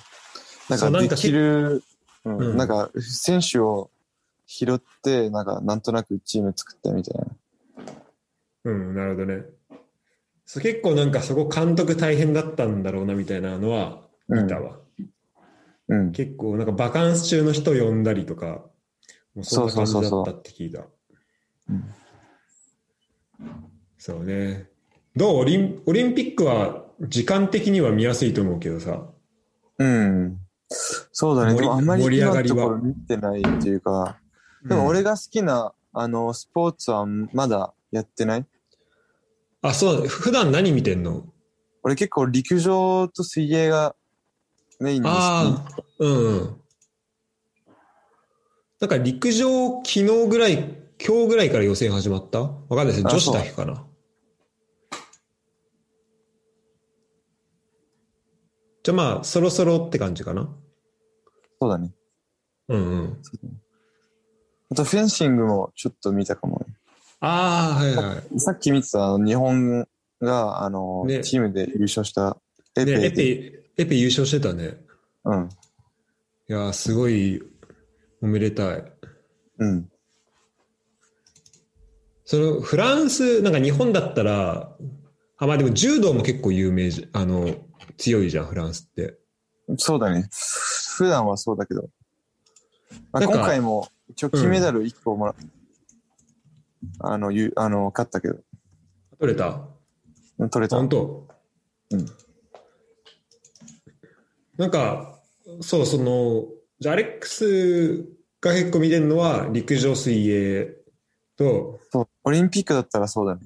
Speaker 2: なん
Speaker 1: そう
Speaker 2: か
Speaker 1: なん
Speaker 2: で
Speaker 1: か
Speaker 2: きる、うん、
Speaker 1: うん
Speaker 2: なんか選手を拾って、なんかなんとなくチーム作ったみたいな。
Speaker 1: うん、なるほどね。そう結構なんかそこ監督大変だったんだろうなみたいなのは見たわ。
Speaker 2: うん。
Speaker 1: 結構なんかバカンス中の人呼んだりとか、もうそんな感じだ
Speaker 2: そうそ
Speaker 1: っ
Speaker 2: うそう
Speaker 1: た
Speaker 2: そ
Speaker 1: って聞いた。
Speaker 2: うん
Speaker 1: そうね。どうオリンオリンピックは時間的には見やすいと思うけどさ。
Speaker 2: うん。そうだね。でもあんまり
Speaker 1: 盛り上
Speaker 2: 今
Speaker 1: が
Speaker 2: の
Speaker 1: りは
Speaker 2: ところ見てないっていうか、でも
Speaker 1: う
Speaker 2: 俺
Speaker 1: ん
Speaker 2: が好きな、あの、スポーツはまだやってない
Speaker 1: あ、そう、普段何見てんの
Speaker 2: 俺結構陸上と水泳がメインに好
Speaker 1: ああ、うんうん。なんか陸上、昨日ぐらい、今日ぐらいから予選始まったわかんないです
Speaker 2: あ
Speaker 1: 女子だけかな。じゃあまあ、そろそろって感じかな。
Speaker 2: き。そうだね。
Speaker 1: うんうん。
Speaker 2: あとフェンシングもちょっと見たかもね。
Speaker 1: ああ、はいはい。
Speaker 2: さっき見てたあの日本が、あの、
Speaker 1: ね
Speaker 2: チームで優勝したエペ
Speaker 1: ね、エ
Speaker 2: で、
Speaker 1: ペ、エペ優勝してたね。
Speaker 2: うん。
Speaker 1: いやー、すごい、おめでたい。
Speaker 2: うん。
Speaker 1: その、フランス、なんか日本だったら、あ、まあでも柔道も結構有名じ、あの、強いじゃん、フランスって。
Speaker 2: そうだね。普段はそうだけど。まあ、
Speaker 1: なんか
Speaker 2: 今回も一応金メダル1個もら、あの、ゆあの、勝ったけど、
Speaker 1: 取れた
Speaker 2: 取れた。
Speaker 1: 本当。
Speaker 2: うん
Speaker 1: なんか、そう、その、じゃあアレックスが結構見てるのは、陸上水泳と、
Speaker 2: そうオリンピックだったらそうだね。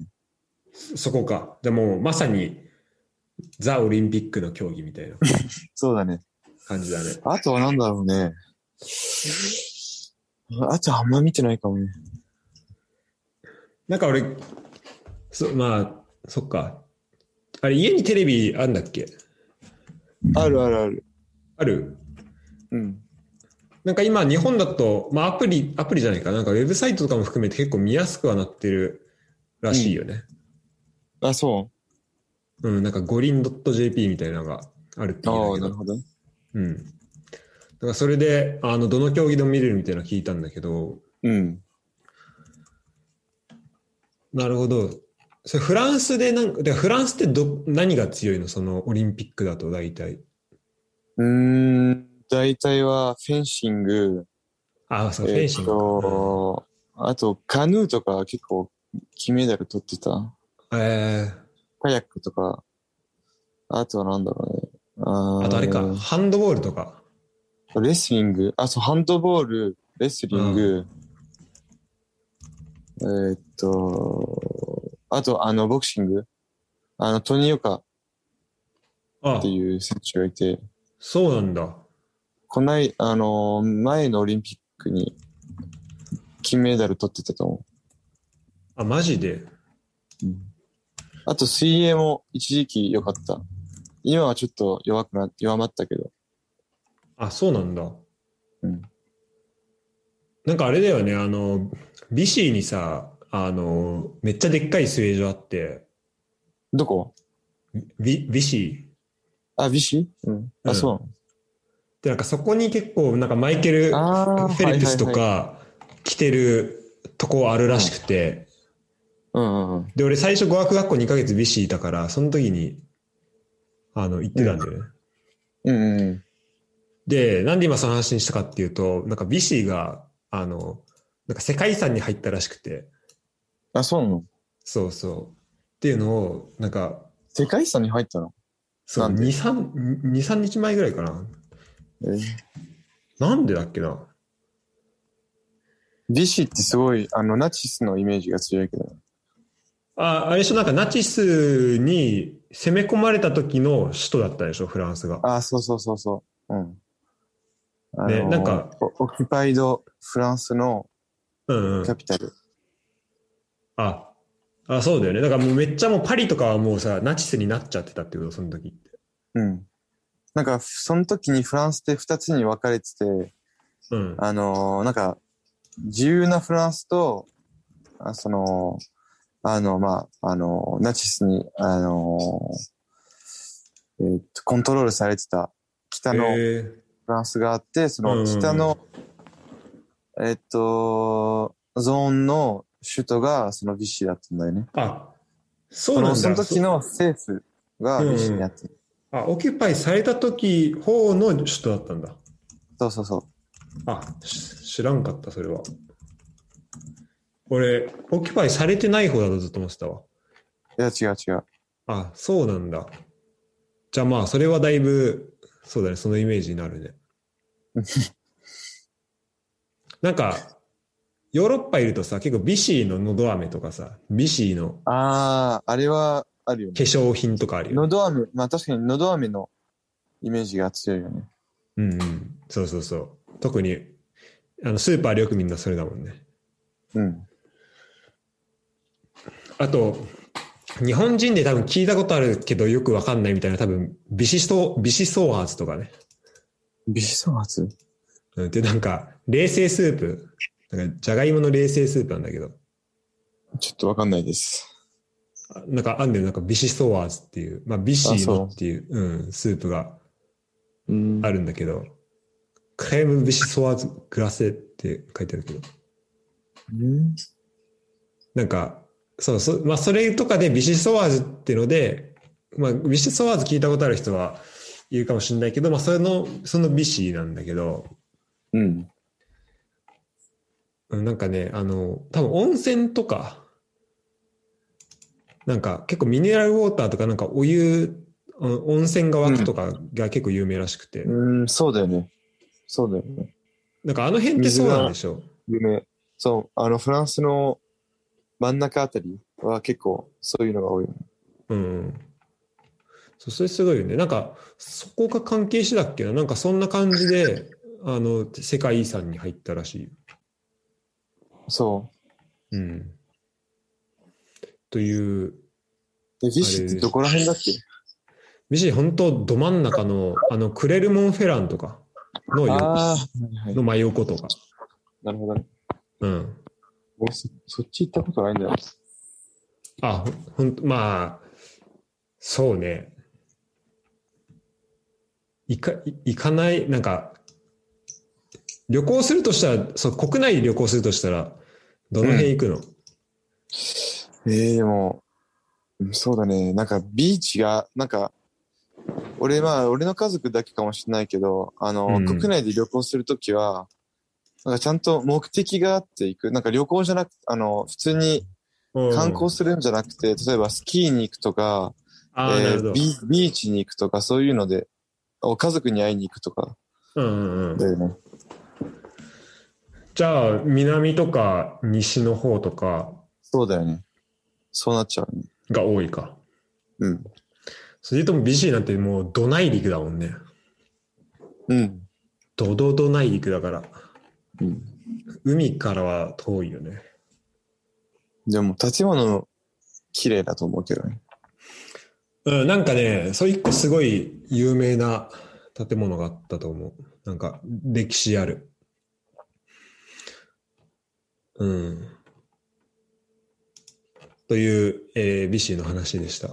Speaker 1: そこか。じゃあもう、まさに、ザ・オリンピックの競技みたいな
Speaker 2: そうだね。
Speaker 1: 感じだね。
Speaker 2: あとはなんだろうね。あとはあんま見てないかもね。
Speaker 1: なんか俺、そまあ、そっか。あれ、家にテレビあんだっけ
Speaker 2: あるあるある。
Speaker 1: ある
Speaker 2: うん。
Speaker 1: なんか今、日本だと、まあ、アプリ、アプリじゃないか。なんかウェブサイトとかも含めて結構見やすくはなってるらしいよね。
Speaker 2: あ、そ
Speaker 1: うん、なんか五輪 .jp みたいなのがあるって
Speaker 2: う。
Speaker 1: い
Speaker 2: あ
Speaker 1: う
Speaker 2: あ、
Speaker 1: んだけ
Speaker 2: なる
Speaker 1: ど。
Speaker 2: ほど。
Speaker 1: うん。だからそれで、あの、どの競技でも見れるみたいなの聞いたんだけど、
Speaker 2: うん。
Speaker 1: なるほど。それフランスでなんか、でフランスってど、何が強いのそのオリンピックだと大体。
Speaker 2: うーん、大体はフェンシング、
Speaker 1: あ、そう、フェ
Speaker 2: えっ
Speaker 1: ンシングか。
Speaker 2: と、あとカヌーとか結構金メダル取ってた。
Speaker 1: うんえ
Speaker 2: カヤックとか、あとはなんだろうね。あ
Speaker 1: ー、
Speaker 2: ー
Speaker 1: あとあれか、ハンドボールとか。
Speaker 2: レスリング、あ、そう、ハンドボール、レスリング、えーっと、あと、あの、ボクシング、あの、トニーオカっ
Speaker 1: あ
Speaker 2: て、いう選手がいて、
Speaker 1: そうなんだ。
Speaker 2: こない、あの、前のオリンピックに金メダル取ってたと思
Speaker 1: あ、マジで。
Speaker 2: う。あと、水泳も一時期良かった。今はちょっと弱くな、弱まったけど。
Speaker 1: あ、そうなんだ。
Speaker 2: うん。
Speaker 1: なんかあれだよね、あの、ビシーにさ、あの、めっちゃでっかい水泳場あって、
Speaker 2: どこ
Speaker 1: ビビシー。
Speaker 2: あ、ビシうん。あ、
Speaker 1: うん
Speaker 2: そ
Speaker 1: で、なんかそこに結構、なんかマイケル・
Speaker 2: う
Speaker 1: フ
Speaker 2: なの。あー
Speaker 1: ェリプスと
Speaker 2: はいはいはい
Speaker 1: か来てるとこあるらしくて、
Speaker 2: うんうんうん。
Speaker 1: で、俺最初語学学校2ヶ月ビシーいたから、その時に、あの、行ってたんだよね。
Speaker 2: うんうんうん。
Speaker 1: で、なんで今その話にしたかっていうと、なんかビシーが、あの、なんか世界遺産に入ったらしくて、
Speaker 2: あ、そうなの
Speaker 1: そうそう。っていうのを、なんか、
Speaker 2: 世界遺産に入ったの
Speaker 1: そう、
Speaker 2: なん
Speaker 1: 2、
Speaker 2: で
Speaker 1: 3、2、3日前ぐらいかな。
Speaker 2: えー
Speaker 1: なんでだっけな。
Speaker 2: ビシってすごい、あの、ナチスのイメージが強いけど。
Speaker 1: あ、あれでしょ、なんかナチスに攻め込まれた時の首都だったでしょ、フランスが。
Speaker 2: あ、そうそうそうそう。うん。あ
Speaker 1: ねなんか
Speaker 2: オ、オキュパイドフランスの
Speaker 1: うん、う
Speaker 2: キャ
Speaker 1: ん。
Speaker 2: ピタル。
Speaker 1: あ、あ、そうだよね。だからもうめっちゃもうパリとかはもうさ、ナチスになっちゃってたってこと、その時って。
Speaker 2: うん。なんか、その時にフランスって二つに分かれてて、
Speaker 1: うん。
Speaker 2: あのーなんか、自由なフランスと、あその、あの、まあ、あの、ナチスに、あのーえーっと、コントロールされてた北の、
Speaker 1: へー
Speaker 2: フランスがあって、そ
Speaker 1: うんうんう
Speaker 2: の
Speaker 1: ん
Speaker 2: 北の、えっと、ゾーンの首都がそのビシーだったんだよね。
Speaker 1: あ、そう
Speaker 2: そ
Speaker 1: なんだ。
Speaker 2: のその時の政府がビシーにあって、
Speaker 1: そあ、オキュパイされた時方の首都だったんだ。
Speaker 2: そうそうそ
Speaker 1: あ、し知らんかった、それは。俺、オキュパイされてない方だとずっと思ってたわ。
Speaker 2: う。いや、違う違う。
Speaker 1: あ、そうなんだ。じゃあまあ、それはだいぶ、そうだね、そのイメージになるね。なんか、ヨーロッパいるとさ、結構ビシーののど飴とかさ、ビシーの
Speaker 2: ああ、あれはあるよね。
Speaker 1: 化粧品とかあるよ
Speaker 2: の
Speaker 1: ね。
Speaker 2: ど飴、まあ確かにのど飴のイメージが強いよね。
Speaker 1: うんうん。そうそうそう。特に、あの、スーパーでよくみんなそれだもんね。
Speaker 2: うん。
Speaker 1: あと、日本人で多分聞いたことあるけどよくわかんないみたいな多分、ビシソー、ビシソーハーツとかね。
Speaker 2: ビシソー発
Speaker 1: うん、で、なんか、冷製スープ。なんか、じゃがいもの冷製スープなんだけど、
Speaker 2: ちょっとわかんないです。
Speaker 1: あなんか、あんでなんか、ビシソワーズっていう、まあ、ビシーノっていう、うん、スープが
Speaker 2: うん
Speaker 1: あるんだけど、クレームビシソワーズグラセって書いてあるけど、
Speaker 2: うん
Speaker 1: なんか、そう、そまあ、それとかでビシソワーズっていうので、まあ、ビシソワーズ聞いたことある人はいるかもしれないけど、まあ、それの、そのビシなんだけど、
Speaker 2: うん。
Speaker 1: うんなんかね、あの、多分温泉とか、なんか結構ミネラルウォーターとかなんかお湯、うん温泉が湧くとかが結構有名らしくて、
Speaker 2: うん、そうだよね。そうだよね。
Speaker 1: なんかあの辺ってそうなんでしょ
Speaker 2: 有名。そう、あの、フランスの真ん中あたりは結構そういうのが多いよね。
Speaker 1: う。うん。そう、それすごいよね。なんか、そこが関係してたっけななんかそんな感じで、あの、世界遺産に入ったらしいよ。
Speaker 2: そ
Speaker 1: うん。という、
Speaker 2: う。で、ビシってどこら辺だっけ
Speaker 1: ビシ本当ど真ん中の、あの、クレルモンフェランとかのよ、
Speaker 2: ああ、はいは
Speaker 1: の真横とか。
Speaker 2: い。なるほどね。
Speaker 1: うん。
Speaker 2: 俺そ、そっち行ったことないんだよ。
Speaker 1: あ、ほんと、まあ、そうね。いか、い行かない、なんか、旅行するとしたら、そう、国内で旅行するとしたら、どの辺行くの、
Speaker 2: ええでも、うんそうだね。なんかビーチが、なんか、俺、まあ、俺の家族だけかもしれないけど、あの、
Speaker 1: うん
Speaker 2: 国内で旅行するときは、なんかちゃんと目的があって行く。なんか旅行じゃなく、あの、普通に観光
Speaker 1: す
Speaker 2: するんじゃなくて、例えばスキーに行くとか、
Speaker 1: ああ、
Speaker 2: えー
Speaker 1: なるほど。
Speaker 2: ビビーチに行くとか、そういうので、お家族に会いに行くとか
Speaker 1: うんうんうん
Speaker 2: だ。よね。
Speaker 1: じゃあ、南とか西の方とか
Speaker 2: そうだよね。そうなっちゃうね。
Speaker 1: が多いか。
Speaker 2: うん。
Speaker 1: それとも BC なんてもう、ど内陸だもんね。
Speaker 2: うん。
Speaker 1: どどど内陸だから。
Speaker 2: うん
Speaker 1: 海からは遠いよね。
Speaker 2: でも建物綺麗だと思うけどね。
Speaker 1: うん、なんかね、そう一個すごい有名な建物があったと思う。なんか、歴史ある。うん。という、えー、ビシーの話でした。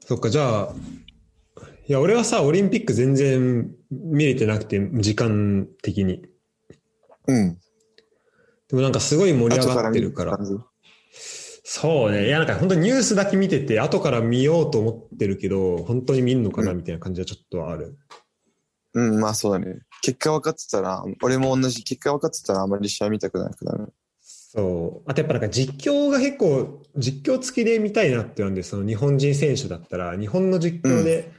Speaker 1: そっか、じゃあ、いや、俺はさ、オリンピック全然見れてなくて、時間的に。
Speaker 2: うん。
Speaker 1: でもなんかすごい盛り上
Speaker 2: 後
Speaker 1: がってるから。そうね。いや、なんか本当にニュースだけ見てて、後から見ようと思ってるけど、本当に見んのかな
Speaker 2: うん
Speaker 1: みたいな感じはちょっとある。
Speaker 2: うん、まあそうだね。結果分かってたら、俺も同じ結果分かってたらあまり試合見たくなくなる。
Speaker 1: そう。あとやっぱなんか実況が結構、実況付きで見たいなってなんで、その日本人選手だったら、日本の実況で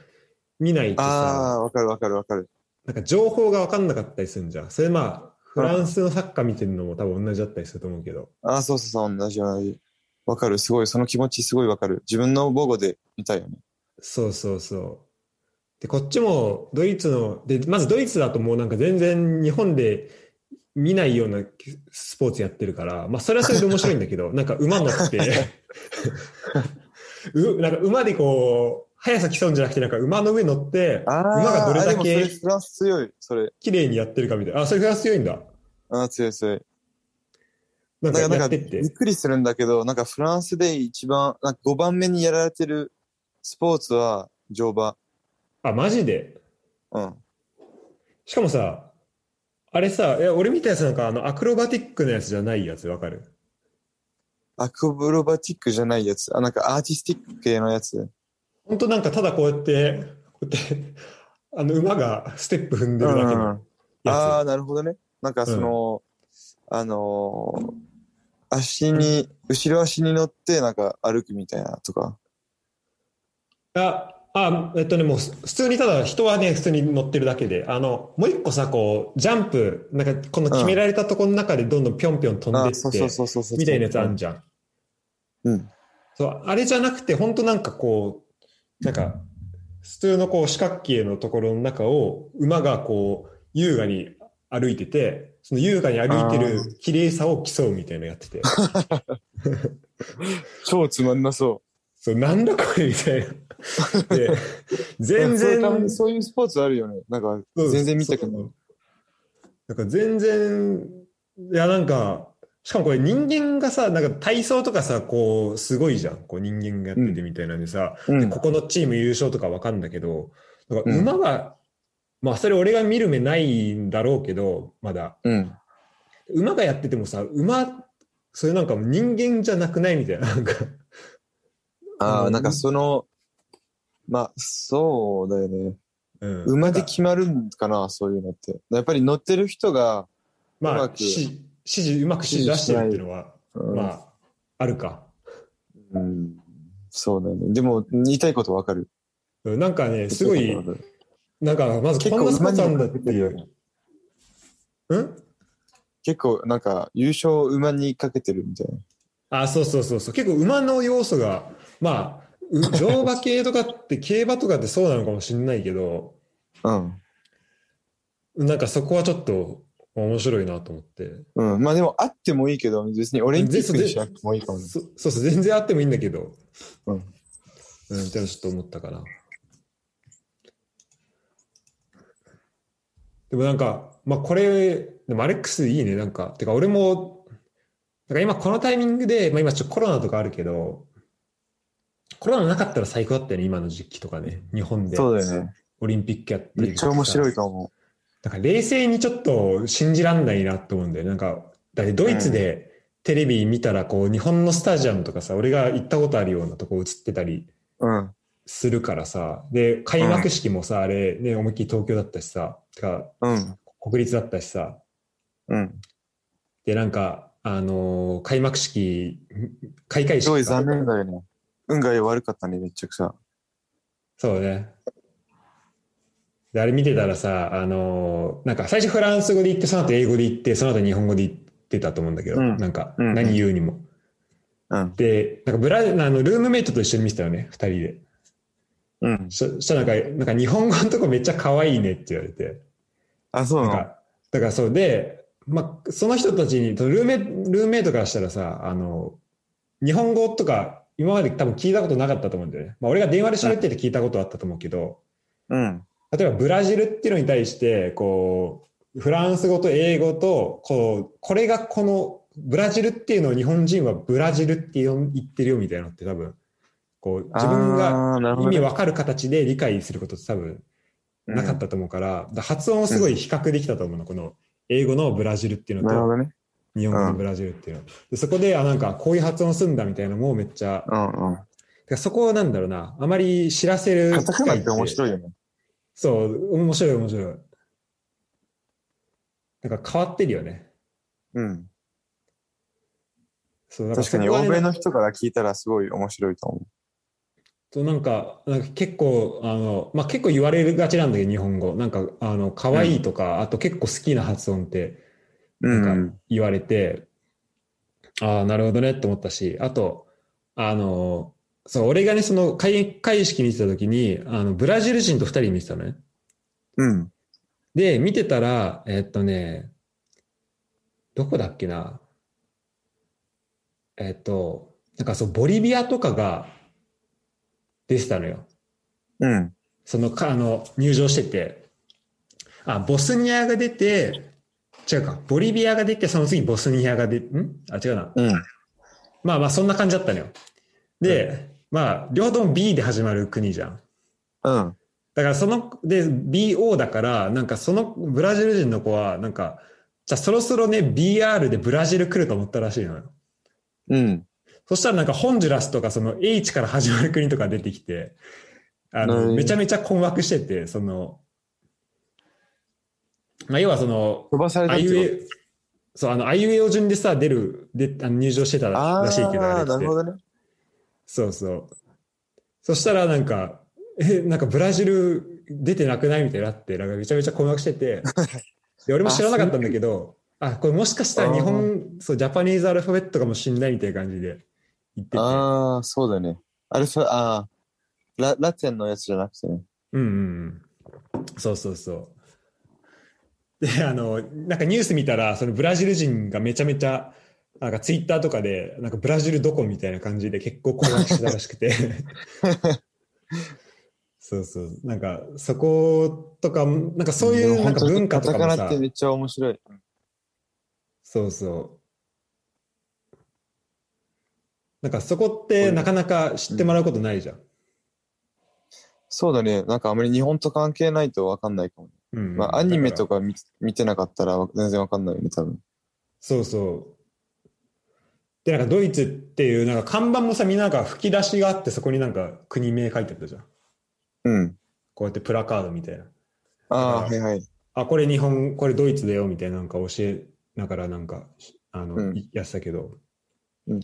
Speaker 1: 見ないと
Speaker 2: あ
Speaker 1: さ、
Speaker 2: あ、分かる分かる分かる。
Speaker 1: なんか情報が分かんなかったりするんじゃん。それまあ、フランスのサッカー見てるのも多分同じだったりすると思うけど。
Speaker 2: ああ、そうそうそう、同じ同じ。分かる、すごい、その気持ちすごい分かる。自分の母語で見たいよね。
Speaker 1: そうそうそう。で、こっちもドイツの、で、まずドイツだともうなんか全然日本で見ないようなスポーツやってるから、まあそれはそれで面白いんだけ ど、なんか馬乗って、うなんか馬でこう、速さ競うんじゃなくて、なんか馬の上乗って、
Speaker 2: ああ、
Speaker 1: 馬がどれだ
Speaker 2: あでも
Speaker 1: け
Speaker 2: それフランス強い、それ。
Speaker 1: 綺麗にやってるかみたいな。あ、それが強いんだ。
Speaker 2: ああ、強い強い。
Speaker 1: なんか
Speaker 2: なんか、
Speaker 1: や
Speaker 2: な
Speaker 1: っ
Speaker 2: んか、
Speaker 1: て
Speaker 2: び
Speaker 1: っ。
Speaker 2: ってくりするんだけど、なんかフランスで一番、なんか5番目にやられてるスポーツは乗馬。
Speaker 1: あ、マジで。
Speaker 2: うん。
Speaker 1: しかもさ、あれさ、いや俺見たやつなんかあのアクロバティックなやつじゃないやつわかる
Speaker 2: アクロバティックじゃないやつ。あ、なんかアーティスティック系のやつ。
Speaker 1: 本当なんかただこうやって、こうやって、あの馬がステップ踏んでるだけのやつ。
Speaker 2: ああ、なるほどね。なんかその、あのー足に、後ろ足に乗ってなんか歩くみたいなとか。
Speaker 1: ああ、えっとね、もうす普通にただ人はね、普通に乗ってるだけで、あの、もう一個さ、こう、ジャンプ、なんかこの決められたとこの中でどんどんぴょんぴょん飛ん
Speaker 2: あ
Speaker 1: で
Speaker 2: ーそ
Speaker 1: っ
Speaker 2: うそう
Speaker 1: て、
Speaker 2: そうそうそう。
Speaker 1: みたいなやつあんじゃん。
Speaker 2: うん。
Speaker 1: そう、あれじゃなくて、本当なんかこう、なんか、普通のこう四角形のところの中を馬がこう、優雅に歩いてて、その優雅に歩いて
Speaker 2: あ
Speaker 1: る綺麗さを競うみたいなのやってて、
Speaker 2: 超つまんなそ
Speaker 1: そう、なんだこれみたいな。
Speaker 2: う。
Speaker 1: で全然
Speaker 2: そういう感じそういうスポーツあるよね。なんか、
Speaker 1: そう
Speaker 2: 全然見たくない
Speaker 1: そうなんか全然、いやなんか、しかもこれ人間がさ、なんか体操とかさ、こう、すごいじゃん。こう人間がやっててみたいなんでさ、
Speaker 2: うん
Speaker 1: ここのチーム優勝とかわかんだけど、なんか
Speaker 2: うん
Speaker 1: 馬が、まあそれ俺が見る目ないんだろうけど、まだ。
Speaker 2: うん。
Speaker 1: 馬がやっててもさ、馬、それなんか人間じゃなくないみたいな。なんか、
Speaker 2: あ
Speaker 1: う
Speaker 2: あ、
Speaker 1: ん
Speaker 2: なんかその、まあ、そうだよね。
Speaker 1: うん
Speaker 2: 馬で決まるんかな、そういうのって。やっぱり乗ってる人が、
Speaker 1: ま
Speaker 2: う
Speaker 1: あ
Speaker 2: ま、く
Speaker 1: 指示、指示、うまく指示出してるっていうのは、
Speaker 2: うん
Speaker 1: まあ、あるか。
Speaker 2: うん、そうだよね。でも、言いたいことわかる。
Speaker 1: うんなんかね、すごい
Speaker 2: 言いた、ことわかる
Speaker 1: なんか、まず
Speaker 2: 結
Speaker 1: こん
Speaker 2: 構
Speaker 1: なスポ
Speaker 2: 馬
Speaker 1: ー
Speaker 2: に
Speaker 1: ツあるん
Speaker 2: も
Speaker 1: だっ
Speaker 2: かけ
Speaker 1: て
Speaker 2: て
Speaker 1: い
Speaker 2: る
Speaker 1: う。
Speaker 2: よね。
Speaker 1: うん
Speaker 2: 結構、なんか、優勝を馬にかけてるみたいな。
Speaker 1: あ、そうそうそうそう。結構馬の要素が、まあ、う乗馬系とかって、競馬とかってそうなのかもしれないけど、
Speaker 2: うん。
Speaker 1: なんかそこはちょっと面白いなと思って。
Speaker 2: うん、まあでもあってもいいけど別にオリンピックにしなくてもいいかもね。
Speaker 1: そそうそう、全然あってもいいんだけど。
Speaker 2: うん
Speaker 1: うん、ってのはちょっと思ったかな。でもなんか、まあこれ、でもアレックスいいね、なんか。てか俺も、なんか今このタイミングで、まあ今ちょっとコロナとかあるけど、コロナなかったら最高だったよね、今の時期とかね。日本で。
Speaker 2: そうだよね。
Speaker 1: オリンピックやって
Speaker 2: めっちゃ面白い
Speaker 1: か
Speaker 2: と思
Speaker 1: なんか冷静にちょっと信じらんないなと思うんだよね。なんか、だってドイツでテレビ見たら、こう、日本のスタジアムとかさ、俺が行ったことあるようなとこ映ってたり
Speaker 2: う。うん。
Speaker 1: するからさ、で、開幕式もさ、あれ、ね、思いっきり東京だったしさ、てか、
Speaker 2: うん。
Speaker 1: 国立だったしさ、
Speaker 2: うん。
Speaker 1: で、なんか、あのー開幕式、開会式か。
Speaker 2: すごい残念だよね。運が悪かったね、めちゃくちゃ。
Speaker 1: そうね。で、あれ見てたらさ、あのーなんか最初フランス語で言って、その後英語で言って、その後日本語で言ってたと思うんだけど、
Speaker 2: うん
Speaker 1: なんか、
Speaker 2: うん
Speaker 1: 何言うにも。
Speaker 2: うん。
Speaker 1: で、なんかブラあのルームメイトと一緒に見てたよね、二人で。
Speaker 2: うん。
Speaker 1: そしたらなんか、なんか日本語のとこめっちゃ可愛いねって言われて。
Speaker 2: あ、そう
Speaker 1: なん
Speaker 2: なの
Speaker 1: か、だからそうで、まあ、その人たちに、ルーメ、ルーメイトからしたらさ、あの、日本語とか、今まで多分聞いたことなかったと思うんだよね。まあ、俺が電話で喋ってて聞いたことあったと思うけど、
Speaker 2: うん。
Speaker 1: 例えばブラジルっていうのに対してこうフランス語と英語とこうこれがこのブラジルっていうのを日本人はブラジルって呼ん言ってるよみたいなのって多分こう自分が
Speaker 2: あーなるほ
Speaker 1: 意
Speaker 2: ど
Speaker 1: 味
Speaker 2: ね
Speaker 1: わかる形で理解することって多分なかったと思うから,、発音をすごい比較できたと思うの、この英語のブラジルっていう
Speaker 2: うん
Speaker 1: の
Speaker 2: なるほ
Speaker 1: と
Speaker 2: どね。
Speaker 1: 日本語のブラジルっていうの、でそこであなんかこういう発音するんだみたいなのもめっちゃ、
Speaker 2: うんうん。
Speaker 1: てかそこをなんだろうなあまり知らせる
Speaker 2: カタカナって面白いよね。
Speaker 1: そう、面白い面白い。なんか変わってるよね。
Speaker 2: うん。
Speaker 1: そうだら
Speaker 2: 確かに
Speaker 1: そこ
Speaker 2: 欧
Speaker 1: はね
Speaker 2: 米の人から聞いたらすごい面白いと思
Speaker 1: そうなんか、なんか結構、あの、まあ、結構言われるがちなんだけど、日本語。なんか、あの、可愛いとか、あと結構好きな発音って、
Speaker 2: う。う
Speaker 1: なん
Speaker 2: ん
Speaker 1: か。言われて、ああ、なるほどねって思ったし、あと、あの、そう、俺がね、その開会式見てた時に、あの、ブラジル人と二人見てたのね。
Speaker 2: うん。
Speaker 1: で、見てたら、えっとね、どこだっけな。えっと、なんかそう、ボリビアとかが出てたのよ。
Speaker 2: うん。
Speaker 1: そのか、あの、入場してて。あ、ボスニアが出て、違うか、ボリビアが出て、その次ボスニアが出、んあ、違うな。
Speaker 2: うん。
Speaker 1: まあまあ、そんな感じだったのよ。で、まあ、両方とも B で始まる国じゃん。
Speaker 2: うん。
Speaker 1: だからその、で、BO だから、なんかそのブラジル人の子は、なんか、じゃあそろそろね、BR でブラジル来ると思ったらしいのよ。
Speaker 2: うん。
Speaker 1: そしたらなんかホンジュラスとかその H から始まる国とか出てきて、あ
Speaker 2: う
Speaker 1: の、
Speaker 2: ん
Speaker 1: めちゃめちゃ困惑してて、その、まあ要はその、
Speaker 2: 飛ばされた
Speaker 1: あ
Speaker 2: っ
Speaker 1: い
Speaker 2: て
Speaker 1: う
Speaker 2: こと
Speaker 1: え、そう、あの、あいうえお順でさ、出る、で、あの入場してた
Speaker 2: あ
Speaker 1: らしいけど、あれ
Speaker 2: あ
Speaker 1: っ
Speaker 2: ー、
Speaker 1: て
Speaker 2: なるほどね。
Speaker 1: そうそう。そしたらなんか、え、なんかブラジル出てなくないみたいになって、なんかめちゃめちゃ困惑してて、で俺も知らなかったんだけど、あ、これもしかしたら日
Speaker 2: あ
Speaker 1: 本、そう、ジャパニーズアルファベットかもしんないみたいな感じで言ってて。
Speaker 2: ああ、そうだよね。アルファ、ああ、ラ、ラテンのやつじゃなくてね。
Speaker 1: うんうんうん。そうそうそう。で、あの、なんかニュース見たら、そのブラジル人がめちゃめちゃ、なんかツイッタ ーとかで、なんかブラジルどこみたいな感じで結構困惑してたらしくて。そうそう。なんか、そことか、なんかそういうなんか文化とか
Speaker 2: カ
Speaker 1: も
Speaker 2: タカナ
Speaker 1: さ
Speaker 2: って、めっちゃ面白い。
Speaker 1: そうそう。なんかそこってなかなか知ってもらうことないじゃん。
Speaker 2: そうだね。なんかあまり日本と関係ないとわかんないかも。
Speaker 1: うん。
Speaker 2: まあ、アニメと
Speaker 1: か。
Speaker 2: か見見てなかったら全然わかんないよね、多分。
Speaker 1: そうそう。で、なんかドイツっていう、なんか看板もさ、みんななんか吹き出しがあって、そこになんか国名書いてあったじゃん。
Speaker 2: うん。
Speaker 1: こうやってプラカードみたいな。
Speaker 2: あ
Speaker 1: だ
Speaker 2: あ、は
Speaker 1: か
Speaker 2: いはい。
Speaker 1: あ、これ日本、これドイツだよみたいななんか教えながらなんか、あの、
Speaker 2: うん
Speaker 1: いやってたけど、
Speaker 2: うん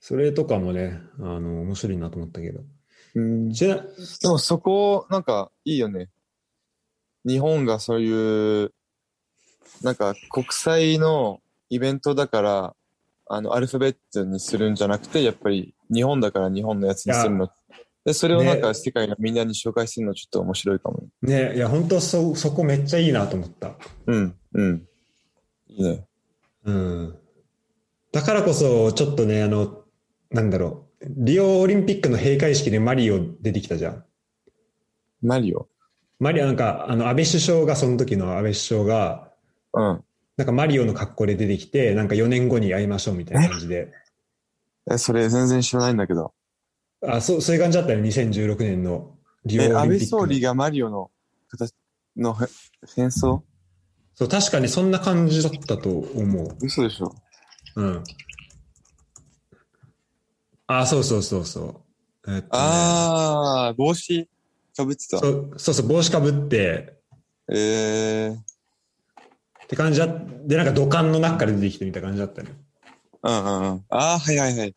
Speaker 1: それとかもね、あの、面白いなと思ったけど。
Speaker 2: うん。
Speaker 1: ちな、
Speaker 2: でもそこ、なんか、いいよね。日本がそういう、なんか、国際のイベントだから、あの、アルファベットにするんじゃなくて、やっぱり、日本だから日本のやつにするの。で、それをなんか、
Speaker 1: ね
Speaker 2: 世界のみんなに紹介するの、ちょっと面白いかもね。
Speaker 1: ね、いや、本当そ、そこめっちゃいいなと思った。
Speaker 2: うん、うん。いいね。
Speaker 1: うん。だからこそ、ちょっとね、あの、なんだろう、リオオリンピックの閉会式でマリオ出てきたじゃん。
Speaker 2: マリオ。
Speaker 1: マリオ、なんか、あの、安倍首相が、その時の安倍首相が、
Speaker 2: うん。
Speaker 1: なんかマリオの格好で出てきて、なんか4年後に会いましょうみたいな感じで。
Speaker 2: え、それ全然知らないんだけど。
Speaker 1: あそうそういう感じだったよ、2016年のリオオリンピ
Speaker 2: え、
Speaker 1: ックの。
Speaker 2: 安倍総理がマリオの形のへ変装
Speaker 1: そう、確かにそんな感じだったと思う。
Speaker 2: 嘘でしょ。
Speaker 1: うん。あ、そうそうそうそう。えっとね
Speaker 2: ああ、帽子かぶってた。
Speaker 1: そうそうそう、帽子かぶって、
Speaker 2: ええー、
Speaker 1: って感じだで、なんか土管の中から出てきてみたいな感じだったね。
Speaker 2: うんうんうん。ああ、はいはいはい。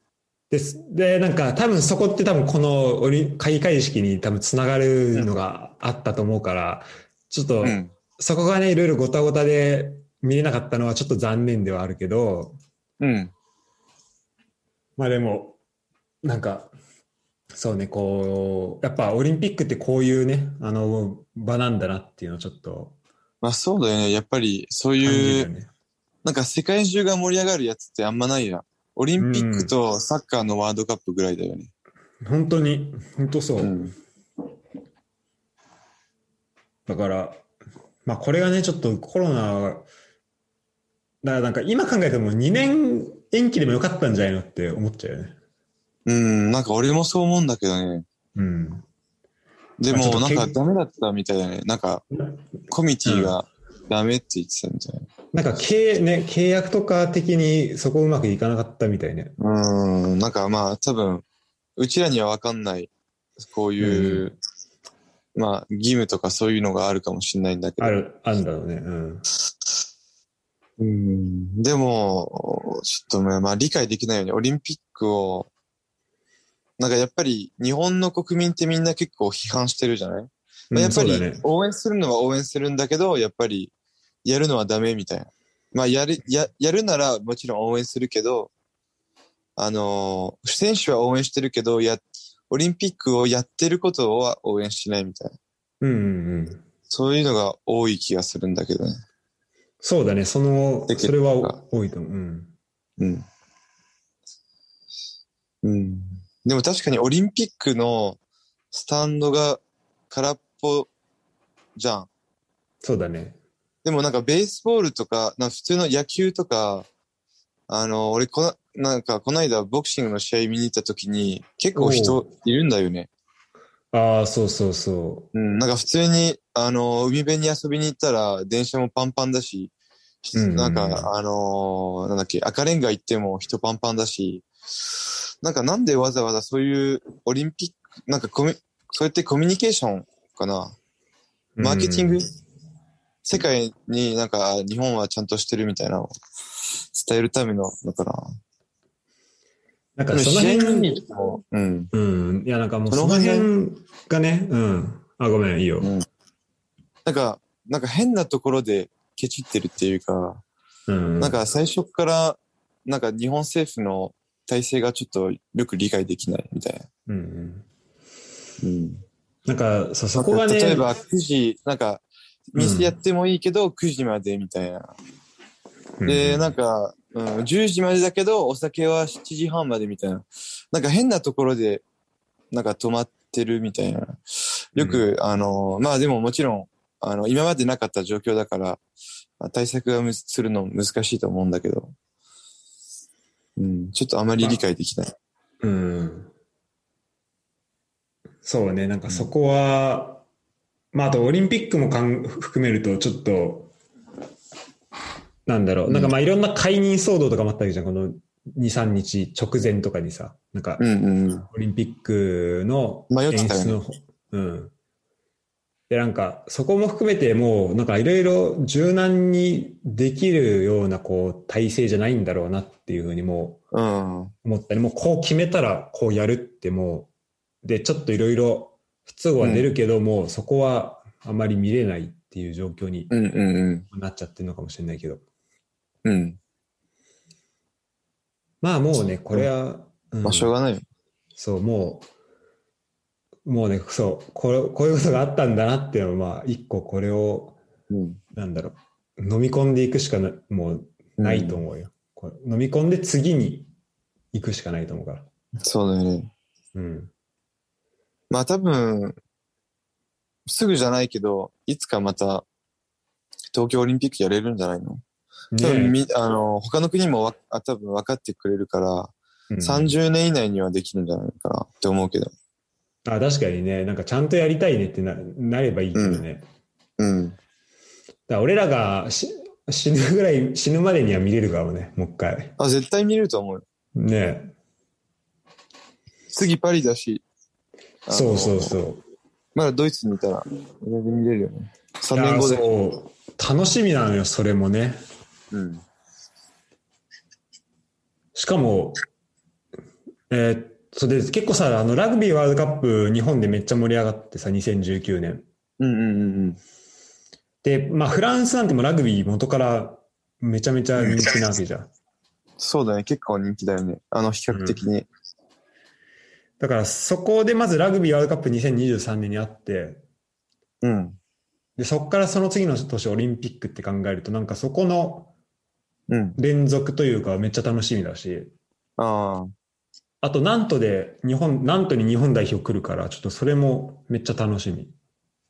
Speaker 1: です。で、なんか多分そこって多分このオリ開会式に多分つながるのがあったと思うから、ちょっと
Speaker 2: うん。
Speaker 1: そこがね、いろいろごたごたで見れなかったのはちょっと残念ではあるけど、
Speaker 2: うん。
Speaker 1: まあでも、なんか、そうね、こう、やっぱオリンピックってこういうね、あの、場なんだなっていうのをちょっと
Speaker 2: まあそうだよね。やっぱり、そう
Speaker 1: 感じ
Speaker 2: い
Speaker 1: るよ
Speaker 2: う、
Speaker 1: ね。
Speaker 2: なんか世界中が盛り上がるやつってあんまないや。オリンピックとサッカーのワールドカップぐらいだよね。
Speaker 1: 本当に、本当そう。
Speaker 2: うん。
Speaker 1: だから、まあこれがね、ちょっとコロナは、だからなんか今考えても2年延期でもよかったんじゃないのって思っちゃうよね。
Speaker 2: うん、なんか俺もそう思うんだけどね。
Speaker 1: うん。
Speaker 2: で
Speaker 1: まあちょっと
Speaker 2: も、なん
Speaker 1: けん
Speaker 2: かダメだったみたいだね。なんか、コミティがダメって言ってたみたい
Speaker 1: なんか経営、ね、契約とか的にそこうまくいかなかったみたいね。
Speaker 2: な。うん、なんかまあ多分、うちらにはわかんない、こういう、まあ義務とかそういうのがあるかもしれないんだけど。
Speaker 1: ある、あるんだろうね。うん。
Speaker 2: うんでも、ちょっとねまあ理解できないよね。オリンピックを、なんかやっぱり日本の国民ってみんな結構批判してるじゃない、まあ、やっぱ
Speaker 1: うんそうだ
Speaker 2: り
Speaker 1: ね。
Speaker 2: 応援するのは応援するんだけど、やっぱりやるのはダメみたいな。まあやる、や、やるならもちろん応援するけど、あのー選手は応援してるけど、や、オリンピックをやってることは応援しないみたいな。
Speaker 1: うんうんうん。
Speaker 2: そういうのが多い気がするんだけどね。
Speaker 1: そうだね。その、
Speaker 2: できる
Speaker 1: それは多いと思う。うん。
Speaker 2: うん。うん。でも確かにオリンピックのスタンドが空っぽじゃん。
Speaker 1: そうだね。
Speaker 2: でもなんかベースボールとか、なんか普通の野球とか、あの、俺こな、なんかこの間ボクシングの試合見に行った時に結構人いるんだよね。
Speaker 1: ああ、そうそうそ
Speaker 2: うん、なんか普通に、あの、海辺に遊びに行ったら電車もパンパンだし、
Speaker 1: うん
Speaker 2: なんか、あのーなんだっけ、赤レンガ行っても人パンパンだし、なんかなんでわざわざそういうオリンピック、なんかコミ、そうやってコミュニケーションかな、
Speaker 1: う。
Speaker 2: マーケティン
Speaker 1: う
Speaker 2: グ
Speaker 1: ん、
Speaker 2: 世界になんか日本はちゃんとしてるみたいなのを伝えるための、だから、
Speaker 1: なん
Speaker 2: で
Speaker 1: か
Speaker 2: も
Speaker 1: その
Speaker 2: 試合見
Speaker 1: 辺
Speaker 2: に行ってもうん、
Speaker 1: うん。いや、なんかもう
Speaker 2: そ
Speaker 1: そ
Speaker 2: の
Speaker 1: の
Speaker 2: 辺
Speaker 1: 辺がね、うん。あ、ごめん、いいよ。
Speaker 2: なんか、なんか変なところでケチってるっていうか、
Speaker 1: うん。
Speaker 2: なん、か最初から、なんか日本政府の体制がちょっとよく理解できないみたいな。
Speaker 1: うんうん。
Speaker 2: うん、
Speaker 1: なんか、そうそこがね、
Speaker 2: 例えば9時、なんか、店やってもいいけど9時までみたいな。
Speaker 1: うん、
Speaker 2: で、なんか、うん、10時までだけどお酒は7時半までみたいな。なんか変なところで、なんか止まっってるみたいな。よく、あの、まあでももちろん、あの、今までなかった状況だから、まあ対策がむするの難しいと思うんだけど、うん、ちょっとあまり理解できない。
Speaker 1: うん。そうね、なんかそこは、まあ、あとオリンピックもかん含めると、ちょっと、なんだろう、なんかまあいろんな解任騒動とかもあったわけじゃん、この2、3日直前とかにさ、なんか
Speaker 2: うんうん。
Speaker 1: オリンピックの
Speaker 2: 迷って
Speaker 1: 演
Speaker 2: たよ
Speaker 1: 出
Speaker 2: ね
Speaker 1: の方、うん。で、なんかそこも含めてもう、なんかいろいろ柔軟にできるようなこう体制じゃないんだろうなっていうふうにもう
Speaker 2: うん。
Speaker 1: 思ったり、もうこう決めたらこうやるってもう、で、ちょっといろいろ不都合は出るけども、そこはあまり見れないっていう状況に
Speaker 2: うんうんうん。
Speaker 1: なっちゃってるのかもしれないけど。
Speaker 2: うん。
Speaker 1: まあもうね、これは、うん
Speaker 2: まあ、しょうがないよ。
Speaker 1: そう、もう、もうね、そう、これ、こういうことがあったんだなっていうのは、まあ一個これを、
Speaker 2: うん。
Speaker 1: なんだろう、飲み込んでいくしかな、もうないと思うよ。これ飲み込んで次に行くしかないと思うから。
Speaker 2: そうだよね。
Speaker 1: うん。
Speaker 2: まあ多分、すぐじゃないけど、いつかまた、東京オリンピックやれるんじゃないの多
Speaker 1: ねえ
Speaker 2: 分み、あの、他の国もわあ多分分かってくれるから、
Speaker 1: うん
Speaker 2: 30年以内にはできるんじゃないかなって思うけど。
Speaker 1: あ確かにね、なんかちゃんとやりたいねってななればいいけどね。
Speaker 2: うん
Speaker 1: だか
Speaker 2: うん。
Speaker 1: ら俺らがし死ぬぐらい、死ぬまでには見れるかもね、もう一回。
Speaker 2: あ、絶対見れると思うよ。
Speaker 1: ねえ
Speaker 2: 次パリだし。あの
Speaker 1: そうそうそう。
Speaker 2: まだドイツにいたら、全然見れるよね。3年後
Speaker 1: い
Speaker 2: で。
Speaker 1: やそう楽しみなのよ、それもね。
Speaker 2: うん。
Speaker 1: しかも、えーそれで結構さ、あのラグビーワールドカップ、日本でめっちゃ盛り上がってさ、2019年。
Speaker 2: うんうんうんうん。
Speaker 1: で、まあ、フランスなんてもうラグビー元からめちゃめちゃ人気なわけじゃん。
Speaker 2: そうだね。結構人気だよね。あの、比較的に。
Speaker 1: だからそこでまずラグビーワールドカップ2023年にあって、
Speaker 2: うん。
Speaker 1: で、そこからその次の年オリンピックって考えると、なんかそこの
Speaker 2: うん。
Speaker 1: 連続というかめっちゃ楽しみだし、
Speaker 2: ああ。
Speaker 1: あと、ナントで日本、ナントに日本代表来るから、ちょっとそれもめっちゃ楽しみ。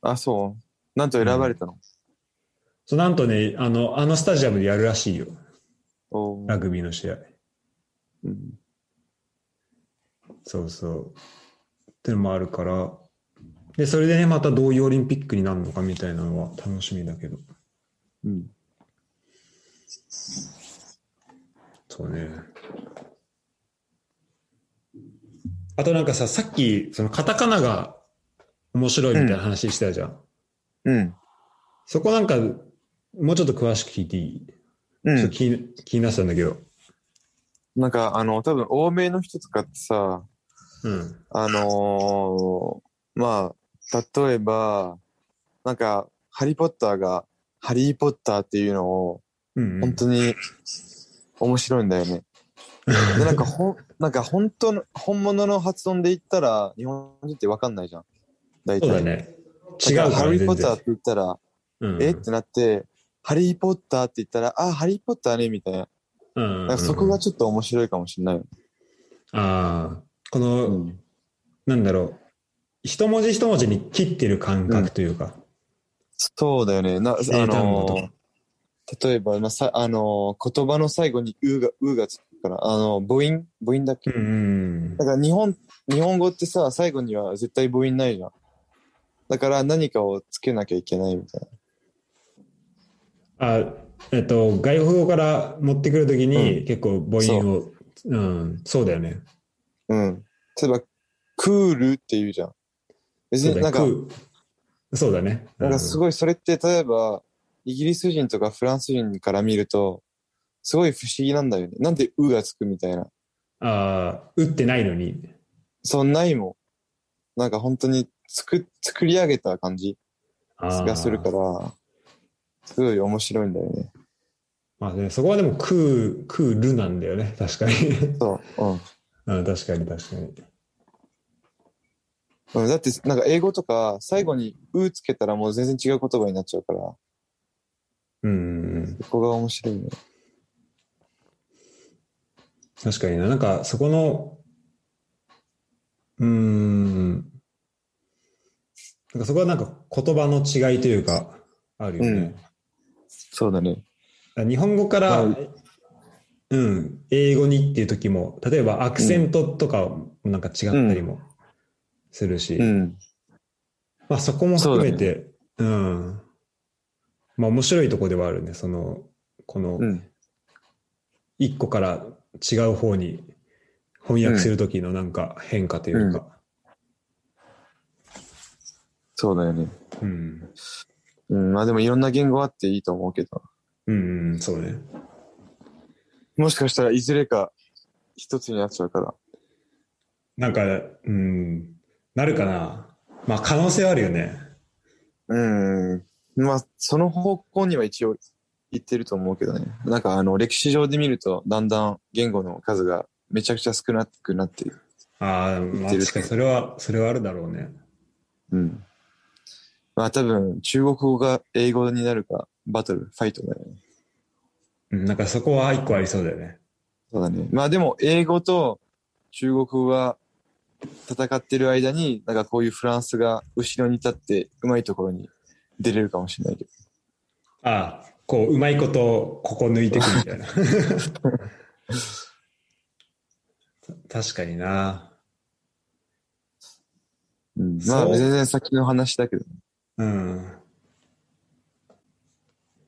Speaker 2: あ、そう。なんと選ばれたの。
Speaker 1: そう、ナントね、あの、あのスタジアムでやるらしいよ。
Speaker 2: お
Speaker 1: ラ
Speaker 2: ー
Speaker 1: グビーの試合。
Speaker 2: うん、
Speaker 1: そうそう。ってのもあるから、で、それでね、またどういうオリンピックになるのかみたいなのは楽しみだけど。
Speaker 2: うん。
Speaker 1: そうね。あとなんかさ、さっき、そのカタカナが面白いみたいな話してたじゃん。
Speaker 2: うん。
Speaker 1: そこなんか、もうちょっと詳しく聞いていい、
Speaker 2: う
Speaker 1: ちょっと。
Speaker 2: ん
Speaker 1: 気に気になってたんだけど。
Speaker 2: なんか、あの、多分、欧米の人とかってさ、
Speaker 1: うん。
Speaker 2: あのーまあ、例えば、なんか、ハリーポッターが、ハリーポッターっていうのを、
Speaker 1: うん、うん
Speaker 2: 本。当に面白いんだよね。で、なん か、ほん、なんか、本当の、本物の発音で言ったら、日本人ってわかんないじゃん。大
Speaker 1: そう
Speaker 2: 体。
Speaker 1: だね。違う
Speaker 2: だ
Speaker 1: から
Speaker 2: からハリー・ポ
Speaker 1: 全
Speaker 2: ッターっ
Speaker 1: 然
Speaker 2: て。言ったら、
Speaker 1: うん、
Speaker 2: えってなって、ハリー・ポッターって言ったら、あ、ハリー・ポッターね、みたいな。
Speaker 1: うん、
Speaker 2: なんかそこがちょっと面白いかもしれない。
Speaker 1: ああ、この、
Speaker 2: うん。
Speaker 1: なんだろう。一文字一文字に切ってる感覚というか。
Speaker 2: そうだよね。な、あ
Speaker 1: 英単語と
Speaker 2: の
Speaker 1: か
Speaker 2: ー、例えば、まあ、さ、あのー、言葉の最後にうが、うがつくから、あのー、母音母音だっけ、
Speaker 1: うんうん
Speaker 2: だから日本、日本語ってさ、最後には絶対母音ないじゃん。だから何かをつけなきゃいけないみたい
Speaker 1: あえっと、外国語から持ってくるとき
Speaker 2: う
Speaker 1: に結構母音を、うん、そうだよね。
Speaker 2: な。うん。例えば、クールって言うじゃん。別
Speaker 1: そう
Speaker 2: に
Speaker 1: だ
Speaker 2: なん
Speaker 1: ね
Speaker 2: か、
Speaker 1: くそうだね。
Speaker 2: なんかす
Speaker 1: い。
Speaker 2: ごいそれって例えばイギリス人とかフランス人から見るとすごい不思議なんだよね。なんで「う」がつくみたいな。
Speaker 1: ああ、打ってないのに。
Speaker 2: そんないもん。なんか本当に作作り上げた感じ
Speaker 1: あー
Speaker 2: がするからすごい面白いんだよね。
Speaker 1: まあね、そこはでもクー、クールなんだよね。確かに。
Speaker 2: そう。うん
Speaker 1: うん、確かに確かに。
Speaker 2: うん、だってなんか英語とか最後に「う」つけたらもう全然違う言葉になっちゃうから
Speaker 1: うん、
Speaker 2: そこが面白いね。
Speaker 1: 確かにな。なんかそこの、うーん、なんかそこはなんか言葉の違いというか、あるよね。
Speaker 2: そうだね。
Speaker 1: だから日本語から、
Speaker 2: ま
Speaker 1: うん、英語にっていう時も、例えばアクセントとかもなんか違ったりもするし、
Speaker 2: うん。
Speaker 1: まあそこも含めて、うん。まあ面白いとこではあるね、その、この
Speaker 2: うん。
Speaker 1: 一個から違う方に翻訳する時のなんか変化というか、
Speaker 2: そうだよね。
Speaker 1: うん。
Speaker 2: うん。まあでもいろんな言語あっていいと思うけど。
Speaker 1: うん、うん、そうね。
Speaker 2: もしかしたらいずれか一つになっちゃうから。
Speaker 1: なんか、うん、なるかな。まあ可能性はあるよね。
Speaker 2: うん。まあ、その方向には一応行ってると思うけどね。なんかあの、歴史上で見ると、だんだん言語の数がめちゃくちゃ少なくなっている。
Speaker 1: ああ、まあ
Speaker 2: 言ってる
Speaker 1: 確かにそれは、それはあるだろうね。
Speaker 2: うん。まあ多分、中国語が英語になるか、バトル、ファイトだよね。
Speaker 1: うん、なんかそこは一個ありそうだよね。
Speaker 2: そうだね。まあでも、英語と中国語が戦ってる間に、なんかこういうフランスが後ろに立って、うまいところに出れるかもしれないけど。
Speaker 1: ああ、こう、うまいこと、ここ抜いてくみたいな。 確かにな。
Speaker 2: うん、まあ
Speaker 1: そう
Speaker 2: 全然先の話だけど。
Speaker 1: うん。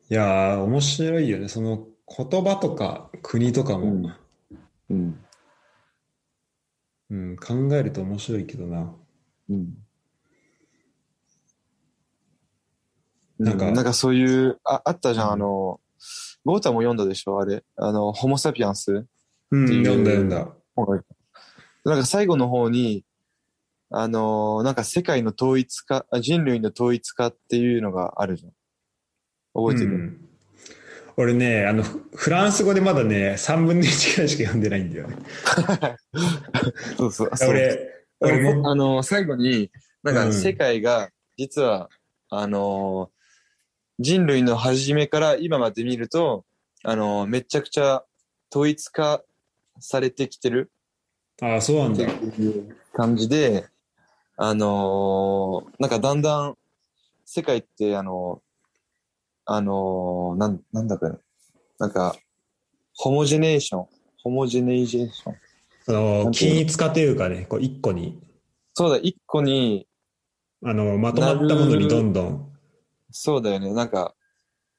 Speaker 1: いやー、面白いよね。その言葉とか国とかも、
Speaker 2: うん。
Speaker 1: うん、考えると面白いけどな。
Speaker 2: うん
Speaker 1: なんか
Speaker 2: なんかそういう、ああったじゃん、
Speaker 1: うん
Speaker 2: あの、ゴータも読んだでしょ、あれ。あの、ホモ・サピアンス。
Speaker 1: うん、
Speaker 2: っていう
Speaker 1: 読んだ読んだ。
Speaker 2: なんか最後の方に、あの、なんか世界の統一化、あ人類の統一化っていうのがあるじゃん。覚えて
Speaker 1: う
Speaker 2: る、
Speaker 1: ん俺ね、あの、フフランス語でまだね、3分の1くらいしか読んでないんだよね。
Speaker 2: そうそう。そう
Speaker 1: 俺、俺も、
Speaker 2: あの、最後に、なん
Speaker 1: う
Speaker 2: か
Speaker 1: ん
Speaker 2: 世界が、実は、あのー人類の初めから今まで見ると、あのーめちゃくちゃ統一化されてきてる
Speaker 1: ああ、そうなん
Speaker 2: って
Speaker 1: だ。
Speaker 2: いう感じで、あのーなんかだんだん、世界って、あのーあのーなん、なんだか、なんか、ホモジェネーション、ホモジェネイジェーション。
Speaker 1: そ
Speaker 2: な
Speaker 1: の、
Speaker 2: んていうの
Speaker 1: 均一化というかね、こう、一個に、
Speaker 2: そうだ、一個に、
Speaker 1: あの、まとまったものにどんどん。
Speaker 2: そうだよね。なんか、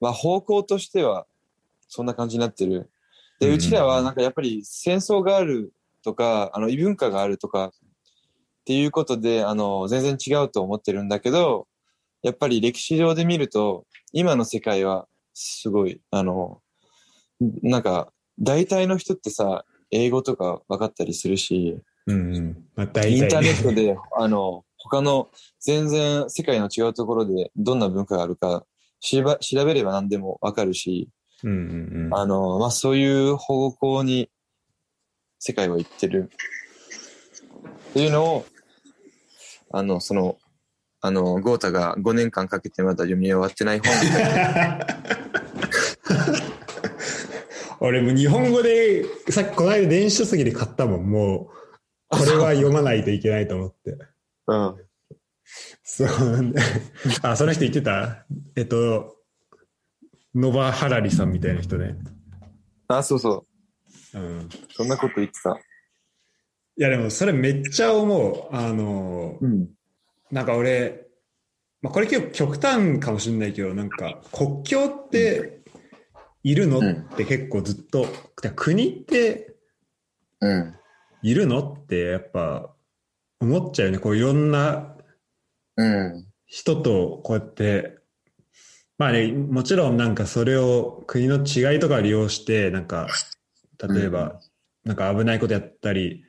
Speaker 2: まあ方向としてはそんな感じになってる。で、
Speaker 1: うん
Speaker 2: うちらはなんかやっぱり戦争があるとか、あの異文化があるとかっていうことで、あの、全然違うと思ってるんだけど、やっぱり歴史上で見ると、今の世界はすごい、あの、なんか、大体の人ってさ、英語とか分かったりするし、
Speaker 1: うんうん。まあ、大
Speaker 2: インタ
Speaker 1: 体
Speaker 2: ーネ
Speaker 1: ね。
Speaker 2: ットで、あの、他の全然世界の違うところでどんな文化があるかしば調べれば何でもわかるし、
Speaker 1: うんうんうん。
Speaker 2: あの、まあ、そういう方向に世界は行ってる。っていうのを、あの、その、あの、ゴータが5年間かけてまだ読み終わってない本
Speaker 1: 俺も日本語で、さっきこの間電子書籍で買ったもん、もう、これは読まないといけないと思って。
Speaker 2: うん。
Speaker 1: そうなんだ。あ、その人言ってたえっと、ノバ・ハラリさんみたいな人ね。
Speaker 2: あ、そうそ
Speaker 1: うん。
Speaker 2: う。そんなこと言ってた。
Speaker 1: いや、でもそれめっちゃ思う。あの、
Speaker 2: うん。
Speaker 1: なんか俺、まあ、これ結構極端かもしれないけど、なんか国境っているの、
Speaker 2: うん
Speaker 1: って結構ずっと、てか国って
Speaker 2: うん。
Speaker 1: いるのってやっぱ思っちゃうよね。こういろんな
Speaker 2: うん。
Speaker 1: 人とこうやって、まあね、もちろんなんかそれを国の違いとか利用して、なんか、例えば、なんか危ないことやったり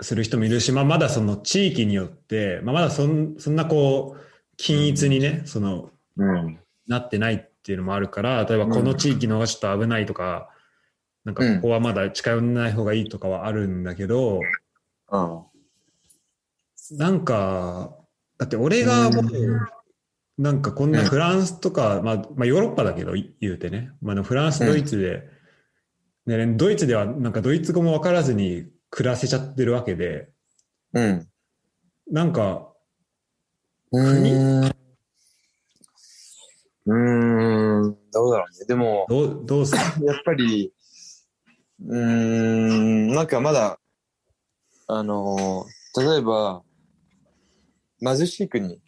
Speaker 1: する人もいるし、まあまだその地域によって、まあまだそんそんなこう、均一にね、その、
Speaker 2: うん。
Speaker 1: なってないっていうのもあるから、例えばこの地域の方がちょっと危ないとか、なんかここはまだ近寄らない方がいいとかはあるんだけど、
Speaker 2: あ
Speaker 1: なんか、だって俺がも
Speaker 2: う
Speaker 1: う、なんかこんな
Speaker 2: うん
Speaker 1: フランスとか、まあ、まあヨーロッパだけど、い言うてね。まああの、フランス、
Speaker 2: うん
Speaker 1: ドイツで、ね、ドイツではなんかドイツ語もわからずに暮らせちゃってるわけで、
Speaker 2: うん。
Speaker 1: なんか、
Speaker 2: うーんうーん、どうだろうね。でも、
Speaker 1: どう、どう する
Speaker 2: やっぱり、うーん、なんかまだ、あのー、例えば、貧しい国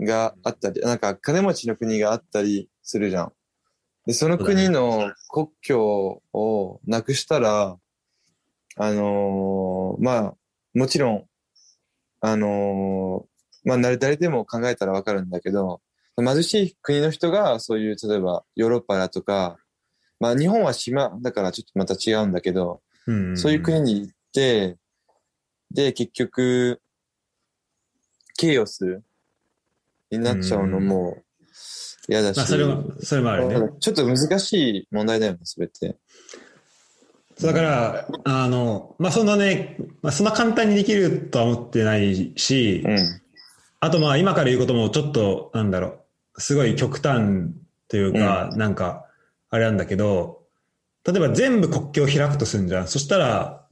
Speaker 2: があったり、なんか金持ちの国があったりするじゃん。で、その国の国境をなくしたら、あのーまあ、もちろん、あのーまあ、誰誰でも考えたらわかるんだけど、貧しい国の人が、そういう、例えば、ヨーロッパだとか、まあ、日本は島だからちょっとまた違うんだけど、
Speaker 1: うん
Speaker 2: そういう国に行って、で、結局、ケイオスになっちゃうのも嫌だし、
Speaker 1: まあ、それも、それもあるね。
Speaker 2: ちょっと難しい問題だよね、それって。
Speaker 1: そうだから、あの、まあ、そんなね、まあ、そんな簡単にできるとは思ってないし、
Speaker 2: うん。
Speaker 1: あとまあ今から言うこともちょっと、なんだろう、すごい極端というか、なんか、あれなんだけど、例えば全部国境を開くとするんじゃん。そしたら、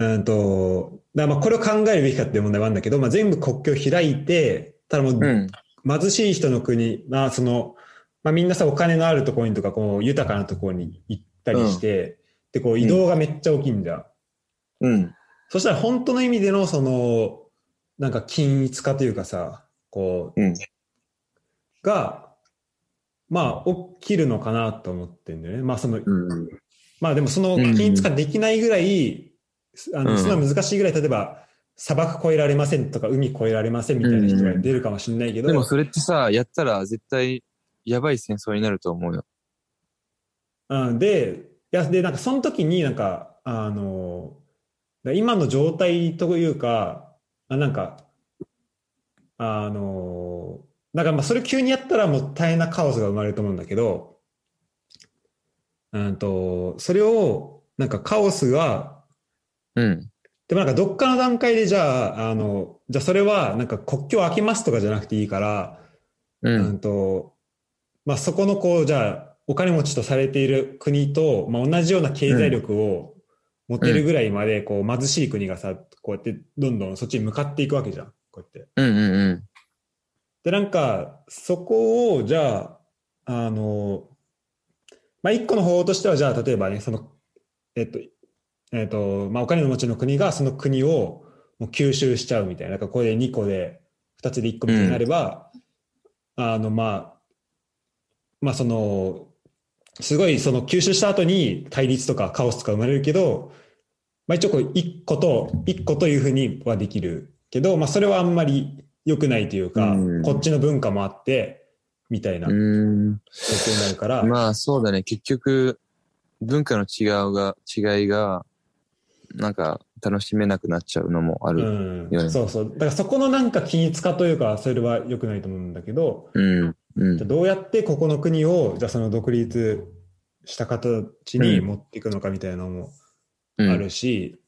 Speaker 1: うんと、だからまあこれを考えるべきかっていう問題もあるんだけど、まあ全部国境を開いて、ただもう
Speaker 2: うん。
Speaker 1: 貧しい人の国、まあそのまあ、みんなさお金のあるところにとかこう豊かなところに行ったりして、でこう移動がめっちゃ大きいんじゃん、
Speaker 2: うん。
Speaker 1: そしたら本当の意味でのそのなんか均一化というかさこう
Speaker 2: うん。
Speaker 1: がまあ起きるのかなと思ってんだよねまあその
Speaker 2: うん。
Speaker 1: まあでもその均一化できないぐらい、あ
Speaker 2: う
Speaker 1: の
Speaker 2: ん
Speaker 1: すごい難しいぐらい例えば砂漠越えられませんとか海越えられませんみたいな人が出るかもしれないけど、
Speaker 2: でもそれってさ、やったら絶対、やばい戦争になると思うよ。
Speaker 1: うん、で、いや、で、なんかその時になんか、あの、だ今の状態というか、あなんか、あの、なんかまあそれ急にやったらもう大変なカオスが生まれると思うんだけど、うんと、それを、なんかカオスが、
Speaker 2: うん。
Speaker 1: でもなんかどっかの段階でじゃあ、あの、じゃあそれはなんか国境開けますとかじゃなくていいから、
Speaker 2: う
Speaker 1: うん
Speaker 2: ん。
Speaker 1: とまあ、そこのこうじゃあお金持ちとされている国と、まあ、同じような経済力を持てるぐらいまでこう貧しい国がさこうやってどんどんそっちに向かっていくわけじゃんこうやって。
Speaker 2: うんうん
Speaker 1: でなんかそこをじゃああの、まあ、一個の方法としてはじゃあ例えばねそのえっとえっとまあ、お金の持ちの国がその国をもう吸収しちゃうみたいな、なんかこれで2個で、2つで1個みたいになれば、あの、まあ、まあその、すごいその吸収した後に対立とかカオスとか生まれるけど、まあ一応こう1個と、1個というふうにはできるけど、まあそれはあんまり良くないというか、
Speaker 2: うん
Speaker 1: こっちの文化もあって、みたいな
Speaker 2: う
Speaker 1: 状
Speaker 2: ん。う
Speaker 1: 況になるから、
Speaker 2: ーん。まあそうだね。結局、文化の違うが、違いが、なんか楽しめなくなっちゃうのもある。
Speaker 1: う
Speaker 2: よ
Speaker 1: ん、
Speaker 2: ね
Speaker 1: そうそう。だからそこのなんか均一化というか、それは良くないと思うんだけど、
Speaker 2: うん。うん
Speaker 1: じゃあ。どうやってここの国をじゃあその独立した形に
Speaker 2: うん
Speaker 1: 持っていくのかみたいなのも
Speaker 2: うん
Speaker 1: あるし、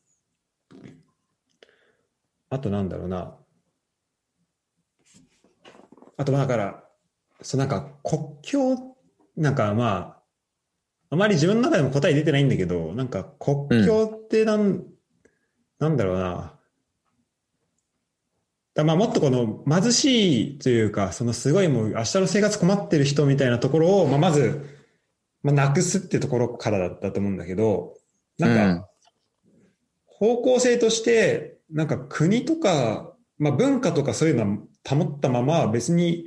Speaker 1: あとなんだろうなあとまあだからそうなんか国境なんかまああまり自分の中でも答え出てないんだけどなんか国境ってなん,、なんだろうなだまあもっとこの貧しいというかそのすごいもう明日の生活困ってる人みたいなところを、まあ、まず、まあ、なくすってところからだったと思うんだけどなんか方向性としてなんか国とか、まあ、文化とかそういうのは保ったまま別に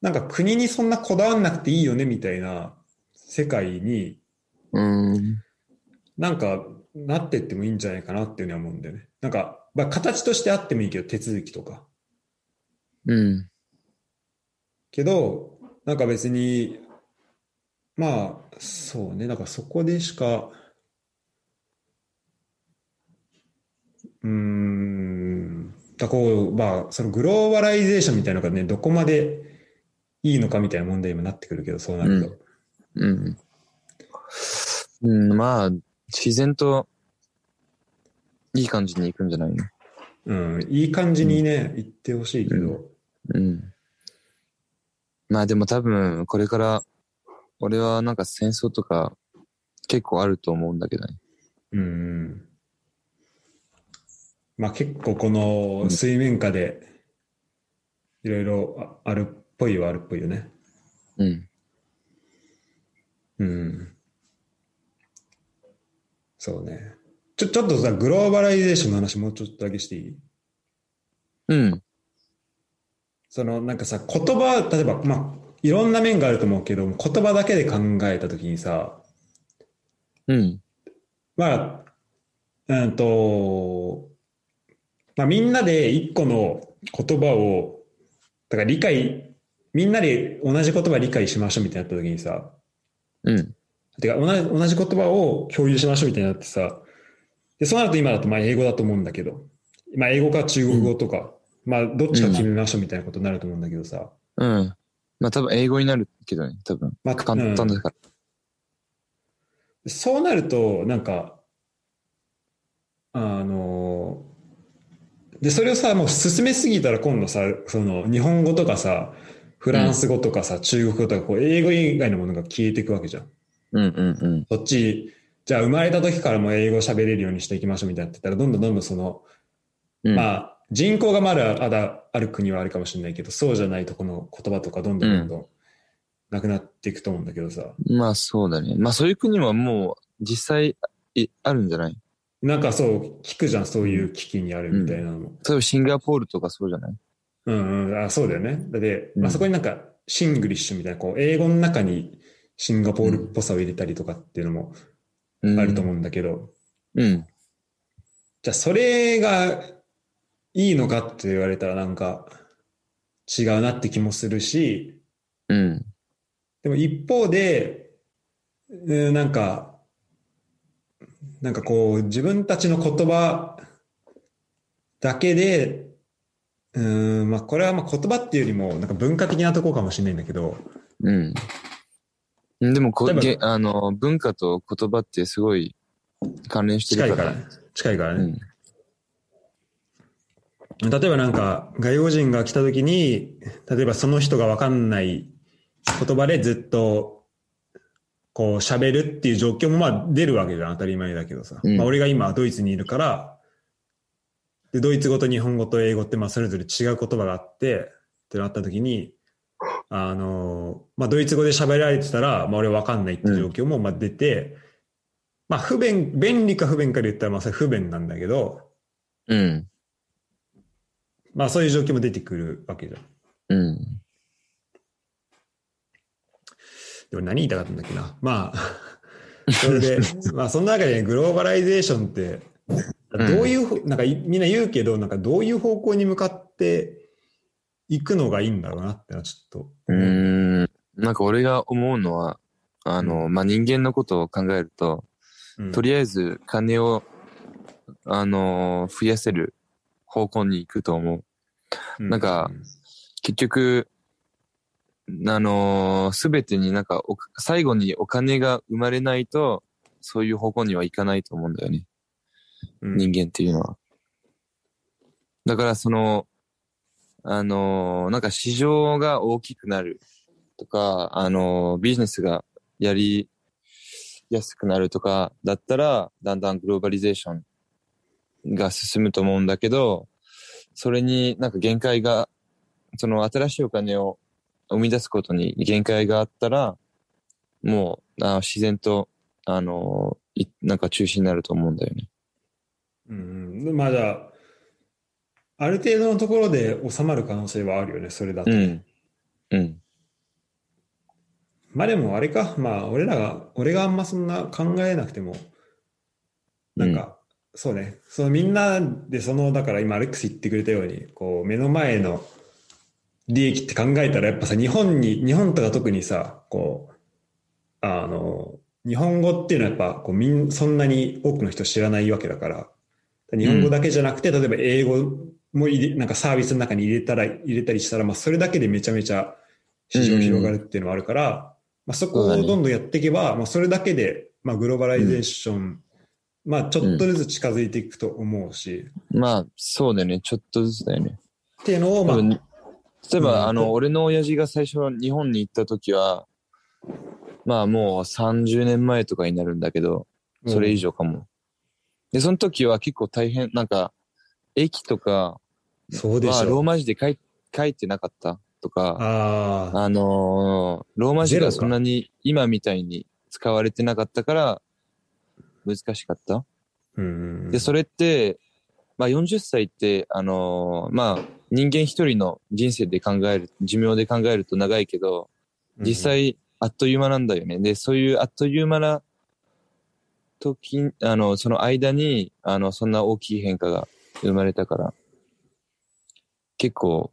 Speaker 1: なんか国にそんなこだわんなくていいよねみたいな世界に
Speaker 2: うん。
Speaker 1: なんかなってってもいいんじゃないかなっていうのは思うんだよね。なんか、まあ、形としてあってもいいけど手続きとか。
Speaker 2: うん。
Speaker 1: けどなんか別にまあそうねだからそこでしかうーんだからこうまあそのグローバライゼーションみたいなのがねどこまでいいのかみたいな問題にもなってくるけどそうなると、
Speaker 2: うん。うん、まあ、自然と、いい感じにいくんじゃないの
Speaker 1: うんいい感じにね言ってほしいけど、
Speaker 2: うん。まあでも多分、これから、俺はなんか戦争とか、結構あると思うんだけどね。
Speaker 1: うん。まあ結構この水面下でいろいろああるっぽいはあるっぽいよね。
Speaker 2: うん。
Speaker 1: うん。そうね。ちょ、ちょっとさ、グローバライゼーションの話もうちょっとだけしていい
Speaker 2: うん。
Speaker 1: そのなんかさ、言葉、例えば、まあ、いろんな面があると思うけど、言葉だけで考えたときにさ、
Speaker 2: うん。
Speaker 1: まあ、うんと、まあ、みんなで一個の言葉を、だから理解、みんなで同じ言葉理解しましょうみたいになったときにさ、
Speaker 2: うん。
Speaker 1: てか同じ同じ言葉を共有しましょうみたいになってさでそうなると今だとまあ英語だと思うんだけど、まあ、英語か中国語とか、まあどっちか決めましょうみたいなことになると思うんだけどさ、
Speaker 2: うん。まあ多分英語になるけどね、多分。
Speaker 1: まあ
Speaker 2: 簡単だから。
Speaker 1: そうなるとなんかあのでそれをさもう進めすぎたら今度さその日本語とかさフランス語とかさ、中国語とかこう英語以外のものが消えていくわけじゃん。
Speaker 2: うんうんうん。
Speaker 1: そっち、じゃあ生まれた時からもう英語喋れるようにしていきましょうみたいになってたら、どんどんどんどんその、
Speaker 2: うん
Speaker 1: まあ、人口がまだまだある国はあるかもしれないけど、そうじゃないとこの言葉とかどんどんどんどんなくなっていくと思うんだけどさ。
Speaker 2: まあそうだね。まあそういう国はもう実際いあるんじゃない
Speaker 1: なんかそう、聞くじゃん、そういう危機にあるみたいなのも。
Speaker 2: 例えばシンガポールとかそうじゃない
Speaker 1: うんうん、あそうだよね。だって、ま
Speaker 2: う
Speaker 1: あ、
Speaker 2: ん
Speaker 1: そこになんかシングリッシュみたいな、こう、英語の中にシンガポールっぽさを入れたりとかっていうのもあると思うんだけど、
Speaker 2: うん。うん。
Speaker 1: じゃあそれがいいのかって言われたらなんか違うなって気もするし、
Speaker 2: うん。
Speaker 1: でも一方で、うんなんか、なんかこう自分たちの言葉だけで、うんまあこれはまあ言葉っていうよりもなんか文化的なところかもしれないんだけど、
Speaker 2: うん。でもこ
Speaker 1: 例えば
Speaker 2: げあの、文化と言葉ってすごい関連して
Speaker 1: 近い
Speaker 2: る
Speaker 1: か
Speaker 2: から。
Speaker 1: ら、近いから
Speaker 2: う
Speaker 1: ね。
Speaker 2: ん。
Speaker 1: 例えばなんか外国人が来た時に例えばその人が分かんない言葉でずっとこう喋るっていう状況もまあ出るわけじゃん当たり前だけどさ、
Speaker 2: うん
Speaker 1: まあ、俺が今ドイツにいるからでドイツ語と日本語と英語ってまあそれぞれ違う言葉があってってなった時にあの、まあ、ドイツ語で喋られてたら、まあ、俺は分かんないっていう状況もまあ出て、まあ不便便利か不便かで言ったらまあそれ不便なんだけど
Speaker 2: うん。
Speaker 1: まあそういう状況も出てくるわけじゃん。
Speaker 2: うん。
Speaker 1: でも何言いたかったんだっけな。まあ、 それ で、まあその中でね、グローバライゼーションって、ど
Speaker 2: ん
Speaker 1: ういうふう、なんかいみんな言うけど、なんかどういう方向に向かっていくのがいいんだろうなってのはちょっと。
Speaker 2: うーん。なんか俺が思うのは、あの、まあ、人間のことを考えると、
Speaker 1: うん
Speaker 2: とりあえず金を、あのー増やせる方向に行くと思う。
Speaker 1: う
Speaker 2: なんか、結局、あのすべてになんかお、最後にお金が生まれないと、そういう方向にはいかないと思うんだよね。
Speaker 1: うん
Speaker 2: 人間っていうのは。だからその、あのーなんか市場が大きくなるとか、あのービジネスがやりやすくなるとかだったら、だんだんグローバリゼーションが進むと思うんだけど、それになんか限界が、その新しいお金を生み出すことに限界があったら、もうあ自然と、あのーいなんか中止になると思うんだよね。
Speaker 1: うんうんまあじゃあ、ある程度のところで収まる可能性はあるよね、それだと。
Speaker 2: うん。うん。
Speaker 1: まあでもあれか、まあ俺らが、俺があんまそんな考えなくても、なんか、そうね、そのみんなで、その、だから今、アレックス言ってくれたように、こう、目の前の利益って考えたら、やっぱさ、日本に、日本とか特にさ、こう、あの、日本語っていうのはやっぱ、こう、みん、そんなに多くの人知らないわけだから、日本語だけじゃなくて、例えば英語も入れ、なんかサービスの中に入れたら、入れたりしたら、まあ、それだけでめちゃめちゃ市場広がるっていうのはあるから、まあ、そこ
Speaker 2: そう
Speaker 1: を
Speaker 2: だね
Speaker 1: どんどんやっていけば、まあ、それだけで、まあ、グローバライゼーション、まあ、ちょっとずつ近づいていくと思うし、
Speaker 2: まあ、そうだよね。ちょっとずつだよね。
Speaker 1: っていうのを、
Speaker 2: 多
Speaker 1: まあ、
Speaker 2: 分、例えば、
Speaker 1: うん
Speaker 2: あの、俺の親父が最初日本に行った時は、まあもう30年前とかになるんだけど、それ以上かも。で、その時は結構大変、なんか、駅とか
Speaker 1: そうで
Speaker 2: は
Speaker 1: し
Speaker 2: ロー
Speaker 1: ょ。
Speaker 2: マ字で書い書いてなかったとか、
Speaker 1: ああ、
Speaker 2: あのーローマ字
Speaker 1: ゼロ
Speaker 2: が
Speaker 1: か
Speaker 2: そんなに今みたいに使われてなかったから、難しかった。
Speaker 1: うんうん。
Speaker 2: で、それって、まあ、40歳って、あのーまあ、人間一人の人生で考える、寿命で考えると長いけど、
Speaker 1: うん
Speaker 2: 実、際、あっという間なんだよね。で、そういうあっという間な時、あの、その間に、あの、そんな大きい変化が生まれたから、結構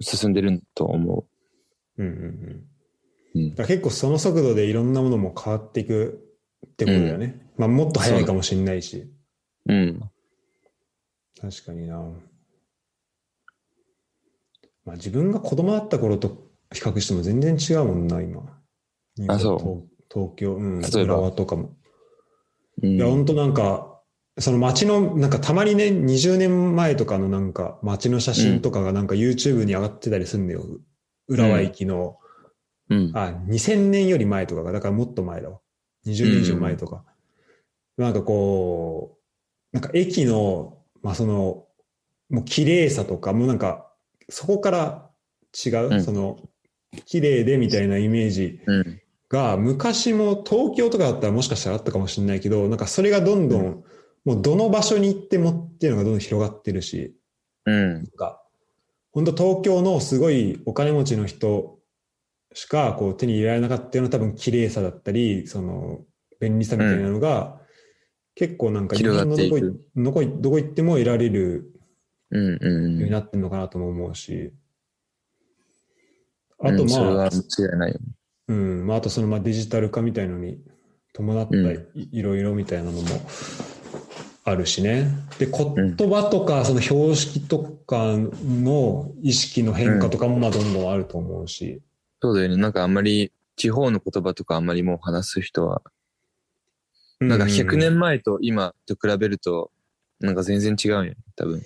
Speaker 2: 進んでると思
Speaker 1: うんうん
Speaker 2: う。う
Speaker 1: うんん、だから結構その速度でいろんなものも変わっていくってことだよね。まあもっと早いかもしれないし。
Speaker 2: うん。
Speaker 1: 確かにな。まあ自分が子供だった頃と比較しても全然違うもんな、今。
Speaker 2: あそう
Speaker 1: 東東京、うん、
Speaker 2: 例え
Speaker 1: 浦
Speaker 2: ば
Speaker 1: 和とかも。
Speaker 2: うん
Speaker 1: いや、ほんとなんか、その街の、なんかたまにね、20年前とかのなんか街の写真とかがなんか YouTube に上がってたりすんだよ。浦和駅の、
Speaker 2: うん。
Speaker 1: あ、2000年より前とかが、だからもっと前だわ。20年以上前とか。なんかこう、なんか駅の、まあその、もう綺麗さとか、もうなんか、そこから違う、
Speaker 2: うん
Speaker 1: その、綺麗でみたいなイメージ
Speaker 2: うん。
Speaker 1: が昔も東京とかだったらもしかしたらあったかもしれないけどなんかそれがどんどん、
Speaker 2: う
Speaker 1: もうどの場所に行ってもっていうのがどんどん広がってるし
Speaker 2: うん。
Speaker 1: なんか本当東京のすごいお金持ちの人しかこう手に入れられなかったような多分綺麗さだったりその便利さみたいなのが、結構なんか日
Speaker 2: 広
Speaker 1: 本の
Speaker 2: がって
Speaker 1: ど
Speaker 2: い
Speaker 1: こ
Speaker 2: く
Speaker 1: いどこいどこ行っても得られる
Speaker 2: うん。
Speaker 1: ように
Speaker 2: うん。
Speaker 1: なってるのかなとも思うし、
Speaker 2: う
Speaker 1: あと
Speaker 2: んそれ
Speaker 1: まあ
Speaker 2: は間違いないよ。
Speaker 1: うん、まあ、あとそのまあデジタル化みたいのに伴ったい,、
Speaker 2: うん
Speaker 1: ろいろみたいなのもあるしね。で、言葉とか、その標識とかの意識の変化とかも、まあ、どんどんあると思うし。
Speaker 2: そうだよね。なんかあんまり、地方の言葉とかあんまりもう話す人は、
Speaker 1: う
Speaker 2: なんか100年前と今と比べると、なんか全然違うよね、多分。
Speaker 1: い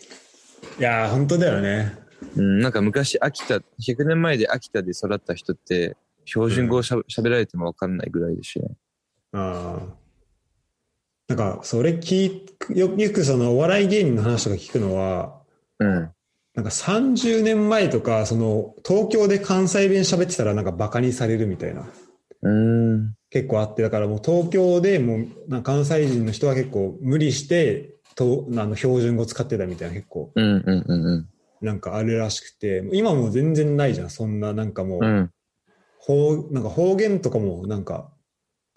Speaker 1: やー、本当だよね。
Speaker 2: うん、なんか昔秋田、100年前で秋田で育った人って、標準語をしゃ喋られてもわかんないぐらいですしね。
Speaker 1: あーなんか、それ聞く、よよくそのお笑い芸人の話とか聞くのは、
Speaker 2: うん。
Speaker 1: なんか30年前とか、その東京で関西弁喋ってたらなんかバカにされるみたいな。
Speaker 2: うん。
Speaker 1: 結構あってだからもう東京でもうなんか関西人の人は結構無理してとあの標準語使ってたみたいな結構
Speaker 2: うんうんうん
Speaker 1: なんかあるらしくて今もう全然ないじゃんそんななんかもう、
Speaker 2: うん。うん。
Speaker 1: 方なんか方言とかもなんか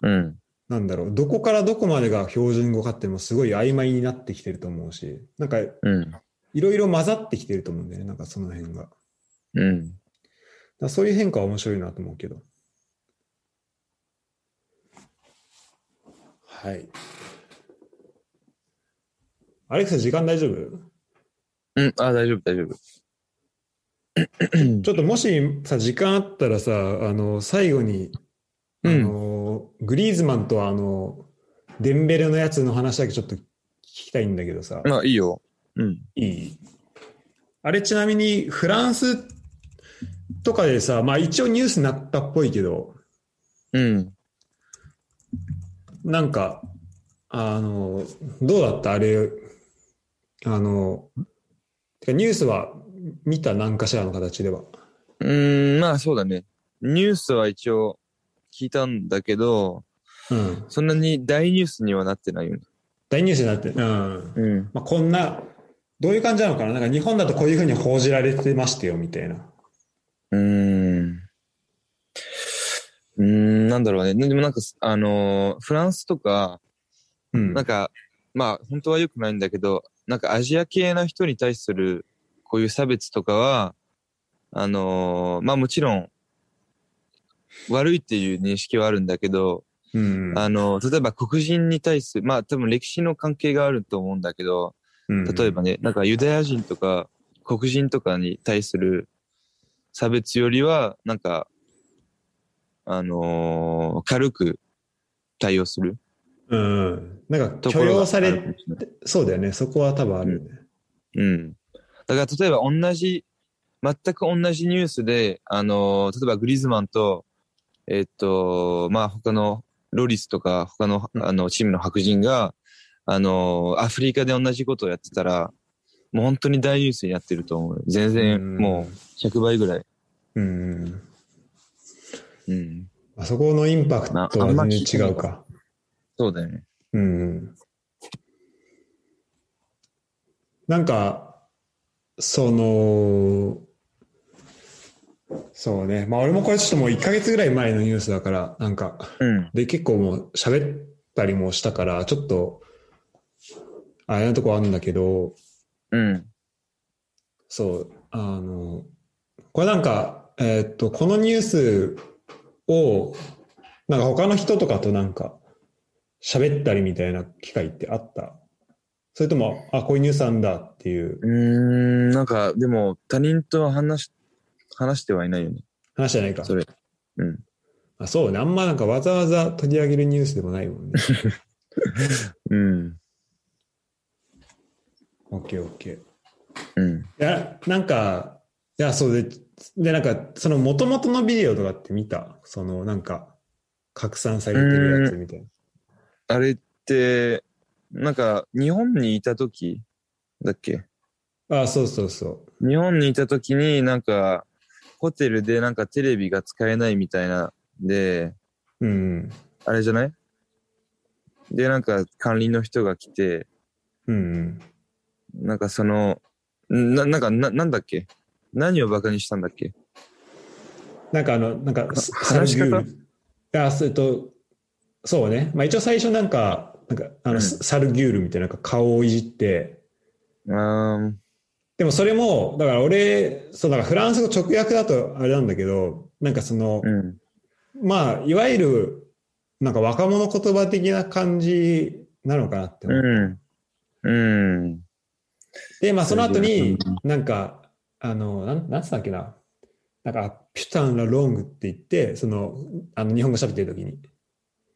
Speaker 2: うん。
Speaker 1: なんだろうどこからどこまでが標準語かってもうすごい曖昧になってきてると思うしなんかい
Speaker 2: うん。
Speaker 1: ろいろ混ざってきてると思うんだよねなんかその辺がだか
Speaker 2: うん。
Speaker 1: らそういう変化は面白いなと思うけどはいアレクサ時間大丈夫
Speaker 2: うん。あ、大丈夫、大丈夫。
Speaker 1: ちょっともしさ、時間あったらさ、あの、最後に、あ
Speaker 2: うん
Speaker 1: の、グリーズマンとあの、デンベレのやつの話だけちょっと聞きたいんだけどさ、
Speaker 2: まあ、いいよ。うん。
Speaker 1: いいあれちなみにフランスとかでさ、まあ一応ニュースになったっぽいけど、
Speaker 2: うん。
Speaker 1: なんか、あの、どうだったあれ、あの、てかニュースは見た何かしらの形では。
Speaker 2: うーん、まあそうだね。ニュースは一応聞いたんだけど、
Speaker 1: うん。
Speaker 2: そんなに大ニュースにはなってないよね。
Speaker 1: 大ニュースになって、うん。
Speaker 2: うん。
Speaker 1: まあ、こんな、どういう感じなのかななんか日本だとこういうふうに報じられてましたよ、みたいな。
Speaker 2: うーん。うーん、なんだろうね。でもなんか、あのーフランスとか、
Speaker 1: うん
Speaker 2: なんか、まあ、本当は良くないんだけど、なんかアジア系な人に対する、こういう差別とかは、あのーまあもちろん、悪いっていう認識はあるんだけど、
Speaker 1: うん
Speaker 2: あのー例えば黒人に対する、まあ多分歴史の関係があると思うんだけど、
Speaker 1: うん
Speaker 2: 例えばね、なんかユダヤ人とか黒人とかに対する差別よりは、なんか、あのー軽く対応する
Speaker 1: うん。なんか
Speaker 2: と
Speaker 1: 許
Speaker 2: ころが
Speaker 1: 容さ
Speaker 2: あるかも
Speaker 1: れ
Speaker 2: しれない
Speaker 1: て、そうだよね。そこは多分あるよね。
Speaker 2: うん。だから例えば同じ、全く同じニュースで、あのー例えばグリズマンと、えっと、まあ他のロリスとか他の
Speaker 1: うん
Speaker 2: あのチームの白人が、あのーアフリカで同じことをやってたら、もう本当に大ニュースになってると思う。全然、もう100倍ぐらい。
Speaker 1: うん。
Speaker 2: うん。
Speaker 1: あそこのインパクトは全然違うか。
Speaker 2: そうだよね。
Speaker 1: うん。なんか、その、そうね。まあ俺もこれちょっともう1ヶ月ぐらい前のニュースだから、なんか、
Speaker 2: うん。
Speaker 1: で、結構もう喋ったりもしたから、ちょっと、あれなとこあるんだけど、
Speaker 2: うん。
Speaker 1: そう、あの、これなんか、えーっと、このニュースを、なんか他の人とかとなんか、喋ったりみたいな機会ってあったそれとも、あ、こういうニュースなんだっていう
Speaker 2: うーん、なんか、でも、他人とは話し、話してはいないよね。
Speaker 1: 話じゃないか。
Speaker 2: それ。うん。
Speaker 1: あそうね。あんまなんかわざわざ取り上げるニュースでもない もんね。
Speaker 2: うん。
Speaker 1: オッケーオッケー。
Speaker 2: うん。
Speaker 1: いや、なんか、いや、そうで、で、なんか、その元々のビデオとかって見たその、なんか、拡散されてるやつみたいな。
Speaker 2: あれって、なんか、日本にいた時だっけ
Speaker 1: あそうそうそ
Speaker 2: 日本にいた時になんか、ホテルでなんかテレビが使えないみたいな、で、
Speaker 1: う。うん。
Speaker 2: あれじゃないで、なんか管理の人が来て、
Speaker 1: うん。
Speaker 2: なんかその、な、なんか、な、なんだっけ何をバカにしたんだっけ
Speaker 1: なんかあの、なんか、
Speaker 2: は話し
Speaker 1: サ
Speaker 2: 方
Speaker 1: ルギュールあ、それと、そうね。まあ一応最初なんか、なんか、あの、
Speaker 2: うん
Speaker 1: サルギュールみたいな、なんか顔をいじって、
Speaker 2: あー
Speaker 1: でもそれも、だから俺、そう、だからフランス語直訳だとあれなんだけど、なんかその、
Speaker 2: うん。
Speaker 1: まあ、いわゆる、なんか若者言葉的な感じなのかなって思う。
Speaker 2: うん。うん。
Speaker 1: で、まあ、その後に
Speaker 2: うん、
Speaker 1: なんか、あの、なん、なんつったっけな。なんか、ピュタンラロングって言って、その、あの、日本語喋ってる時に。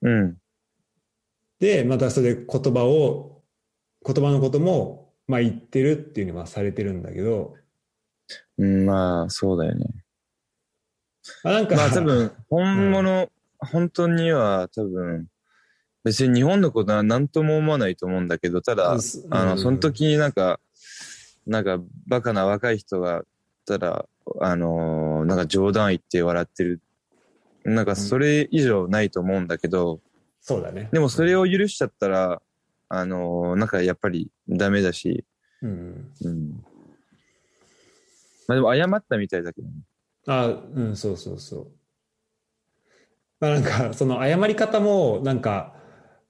Speaker 2: うん。
Speaker 1: で、またそれで言葉を、言葉のことも、まあ、言ってるっていうのはされてるんだけど、
Speaker 2: うん、まあ、そうだよね。
Speaker 1: あなんか、
Speaker 2: まあ多分、本物、本当には多分、別に日本のことは何とも思わないと思うんだけど、ただ、
Speaker 1: す
Speaker 2: あ
Speaker 1: う
Speaker 2: の、
Speaker 1: ん
Speaker 2: その時になんか、なんか、バカな若い人が、ただ、あのーなんか冗談言って笑ってる。なんか、それ以上ないと思うんだけど、
Speaker 1: そうだね。
Speaker 2: でもそれを許しちゃったら、あのーなんかやっぱりダメだし、
Speaker 1: うん。
Speaker 2: うん。まあでも謝ったみたいだけどね。
Speaker 1: あ、うん、そうそうそう。まあ、なんか、その謝り方も、なんか、